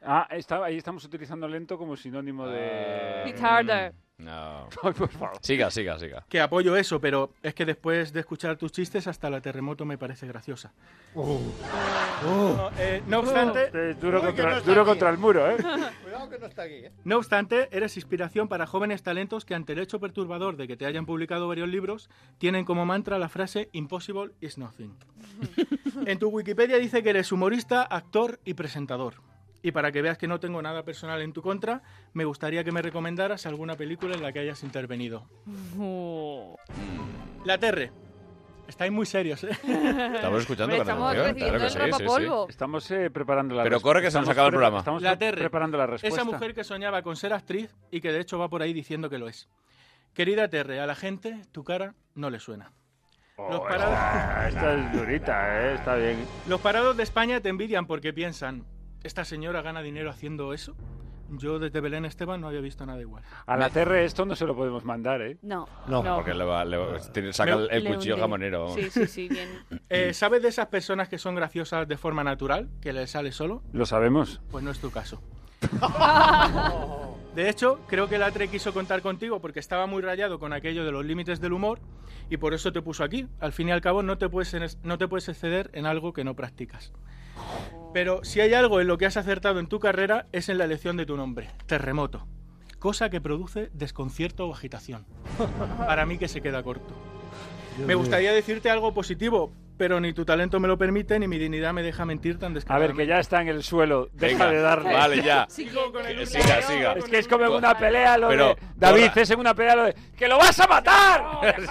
Ah, está- ahí estamos utilizando lento como sinónimo de...
Retarder.
No.
Mm. Ay, por favor.
Siga, siga, siga.
Que apoyo eso, pero es que después de escuchar tus chistes, hasta la terremoto me parece graciosa. No, eh, no obstante,
Eh, Oh. duro Uy, que contra- no está duro aquí. contra el muro, ¿eh?
Cuidado que no está aquí, ¿eh?
No obstante, eres inspiración para jóvenes talentos que ante el hecho perturbador de que te hayan publicado varios libros, tienen como mantra la frase Impossible is nothing. en tu Wikipedia dice que eres humorista, actor y presentador. Y para que veas que no tengo nada personal en tu contra, me gustaría que me recomendaras alguna película en la que hayas intervenido. La Terre. Estáis muy serios, ¿eh?
Estamos escuchando Hombre, la estamos canción, recibiendo claro que el sí, sí, rapapolvo. sí.
Estamos eh, preparando la
Pero
respuesta.
corre que se nos
Estamos
acaba el
prepa-
programa.
Estamos
La
pre-
Terre.
preparando la respuesta.
Esa mujer que soñaba con ser actriz y que de hecho va por ahí diciendo que lo es. Querida Terre, a la gente tu cara no le suena. Los
Oh,
parados-
esta, esta es durita, ¿eh? Está bien.
Los parados de España te envidian porque piensan, ¿esta señora gana dinero haciendo eso? Yo desde Belén Esteban no había visto nada igual.
A la Terre esto no se lo podemos mandar, ¿eh?
No.
Porque le va- le va- tiene- saca el, el cuchillo jamonero. vamos.
sí, bien. Eh, ¿Sabes de esas personas que son graciosas de forma natural, que les sale solo?
Lo sabemos.
Pues no es tu caso. De hecho, creo que el Atre quiso contar contigo porque estaba muy rayado con aquello de los límites del humor y por eso te puso aquí. Al fin y al cabo, no te puedes, no te puedes exceder en algo que no practicas. Pero si hay algo en lo que has acertado en tu carrera es en la elección de tu nombre, Terremoto. Cosa que produce desconcierto o agitación. Para mí que se queda corto. Me gustaría decirte algo positivo, pero ni tu talento me lo permite ni mi dignidad me deja mentir tan
A ver,
descaradamente.
que ya está en el suelo. Deja
Venga,
de darle.
vale, ya. Eh,
Que
siga, siga.
Es que es como en una pelea lo
Pero,
de... David,
toda-
es en una pelea lo de... ¡Que lo vas a matar!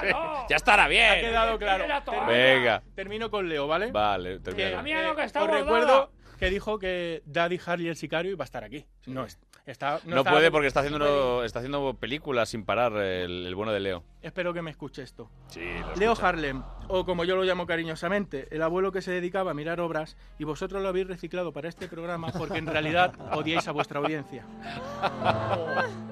ya estará
Ha
bien.
quedado claro. Termino-
Venga.
Termino con Leo, ¿vale?
Vale, termina.
Eh, Os recuerdo que dijo que Daddy Harley el sicario iba a estar aquí. No, es- está,
No,
está-
puede porque está haciendo, está haciendo películas sin parar el, el bueno de Leo.
Espero que me escuche esto.
Sí, lo
Leo
escucha.
Harlem, o como yo lo llamo cariñosamente, el abuelo que se dedicaba a mirar obras y vosotros lo habéis reciclado para este programa porque en realidad odiáis a vuestra audiencia.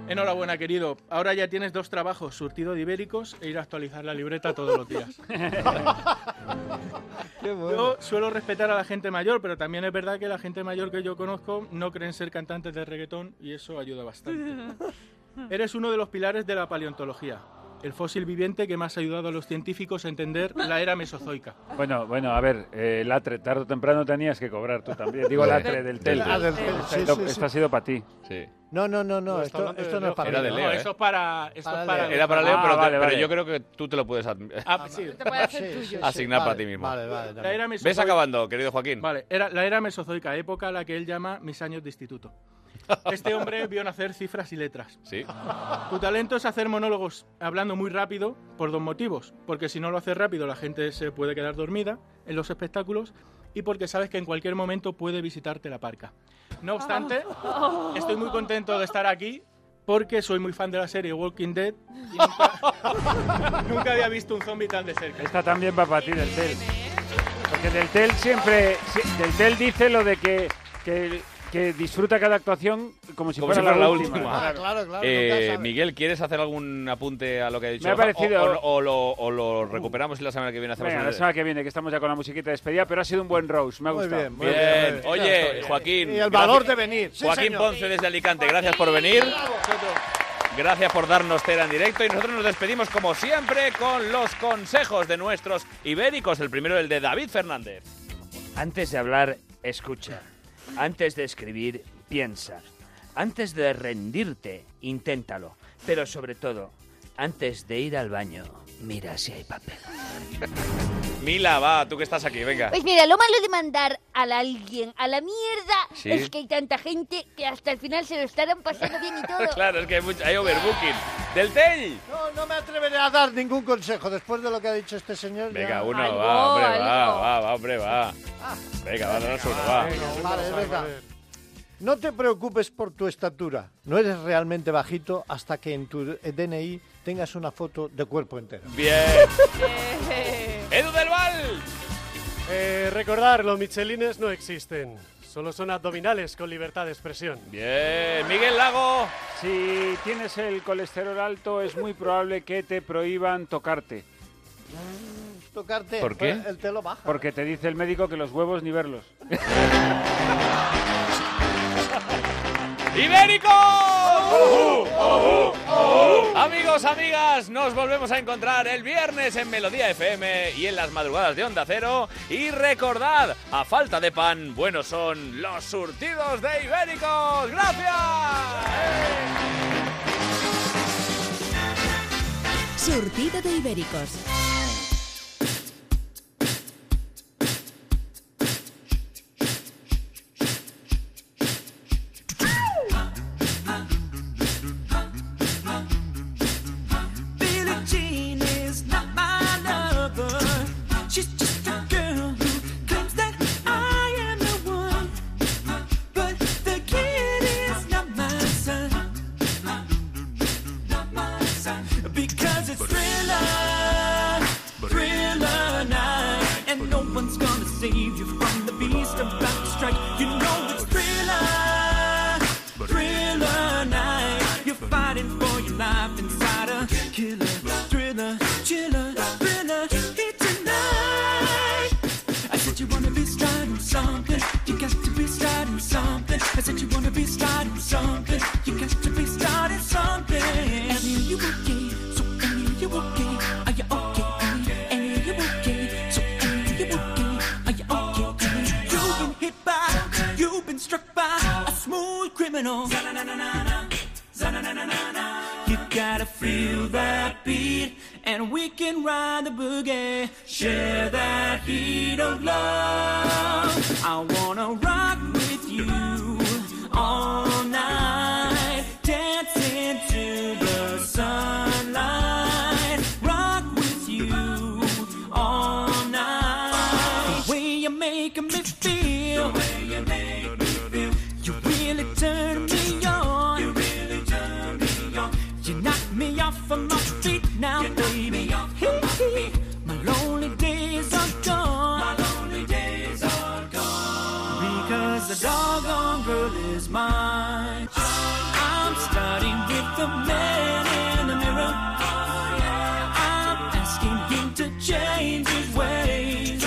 Enhorabuena, querido. Ahora ya tienes dos trabajos, surtido de ibéricos e ir a actualizar la libreta todos los días. Yo suelo respetar a la gente mayor, pero también es verdad que la gente mayor que yo conozco no creen ser cantantes de reggaetón y eso ayuda bastante. Eres uno de los pilares de la paleontología, el fósil viviente que más ha ayudado a los científicos a entender la era mesozoica.
Bueno, bueno, a ver, eh, Latre, tarde o temprano tenías que cobrar tú también. Digo Latre del Tel.
Ah, del Tel, sí,
Esto,
sí, sí.
esto ha sido para ti.
Sí.
No, no, no, no. Esto, esto no es para ¿eh? mí.
No, eso es para, esto es para
¿eh? Era para Leo,
Ah,
pero, te-
vale,
pero
vale.
yo creo que tú te lo puedes ad-
Ah, sí.
Sí, sí, sí.
asignar para
Vale,
ti mismo.
Vale, vale.
La era
¿Ves
mesozoica.
acabando, querido Joaquín?
Vale, era la era mesozoica, época a la que él llama mis años de instituto. Este hombre vio nacer cifras y letras.
Sí.
Tu talento es hacer monólogos hablando muy rápido por dos motivos. Porque si no lo haces rápido la gente se puede quedar dormida en los espectáculos y porque sabes que en cualquier momento puede visitarte la parca. No obstante, estoy muy contento de estar aquí porque soy muy fan de la serie Walking Dead y nunca, nunca había visto un zombie tan de cerca.
Esta también va para ti del Tel. Porque Del Tel siempre. si- Del Tel dice lo de que. que que disfruta cada actuación como si,
Como
fuera,
si fuera
la,
la
última.
última. Ah,
claro, claro,
Eh, Miguel, ¿quieres hacer algún apunte a lo que ha dicho?
Me ha
Rafa?
parecido-
O, o- o lo, o lo recuperamos y la semana que viene hacemos
Venga,
un-
la semana que viene, que estamos ya con la musiquita de despedida, pero ha sido un buen roast, me ha
Muy
gustado.
bien, muy Bien. bien, muy bien. Oye, Joaquín, Y el valor gracias. de venir. Sí, Joaquín señor. Ponce desde Alicante, gracias por venir. Gracias por darnos cera en directo y nosotros nos despedimos como siempre con los consejos de nuestros ibéricos. El primero, el de David Fernández.
Antes de hablar, escucha. Antes de escribir, piensa. Antes de rendirte, inténtalo. Pero sobre todo, antes de ir al baño, mira si hay papel.
Mila, va, tú que estás aquí, venga.
Pues mira, lo malo de mandar a la- alguien a la mierda
Sí.
es que hay tanta gente que hasta el final se lo estarán pasando bien y todo.
claro, es que hay, mucho- hay overbooking. Del Tell.
No, no me atreveré a dar ningún consejo después de lo que ha dicho este señor.
Venga,
ya-
uno, va, hombre, va, va, va, hombre, va. Venga, va, danos uno, va.
Vale, venga. No te preocupes por tu estatura. No eres realmente bajito hasta que en tu DNI tengas una foto de cuerpo entero.
Bien.
Eh.
¡Edu del Val!
Eh,
recordar, los michelines no existen. Solo son abdominales con libertad de expresión.
Bien, Miguel Lago.
Si tienes el colesterol alto, es muy probable que te prohíban tocarte.
Tocarte,
¿Por qué?
el telo baja.
Porque te dice el médico que los huevos ni verlos.
¡Ibérico!
¡Oh!
Amigos, amigas, nos volvemos a encontrar el viernes en Melodía FM y en las madrugadas de Onda Cero. Y recordad, a falta de pan, buenos son los surtidos de Ibéricos. ¡Gracias!
Surtido de Ibéricos.
Billie Jean is not my lover. She's just a girl who claims that I am the one. But the kid is not my son. Not my son. Because it's thriller, thriller night. And no one's gonna save you from the beast about to strike. You know it's thriller. Thriller night. You're fighting for your life inside a killer, thriller, chiller, thriller. Hit tonight. I said you wanna be starting something. You got to be starting something. I said you wanna be starting something. You got to be starting something. Annie, you okay? So Annie, you okay? Are you okay? Annie, Annie, you okay? So Annie, you okay? Are you okay? Annie? You've been hit by, you've been struck by a smooth criminal. You gotta feel that beat, and we can ride the boogie. Share that heat of love. I wanna rock with you all night, dancing to the sunlight. Rock with you all night. The way you make me feel, the way you make me feel, you really turn me on. You really turn me on. You knock me off of my feet now, baby. Hee-hee. My lonely days are gone. My lonely days are gone. Because the doggone girl is mine. I'm starting with the man in the mirror. I'm asking him to change his ways.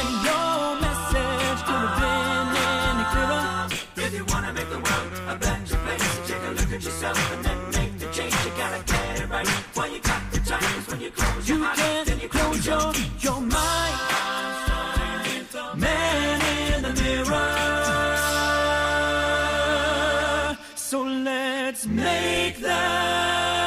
And your message could have been any clearer. If you wanna make the world a better place, take a look at yourself and then make the change. You gotta get it right while you got the time. 'Cause when you close your eyes, then you close your, your mind. Man in the mirror. So let's make that.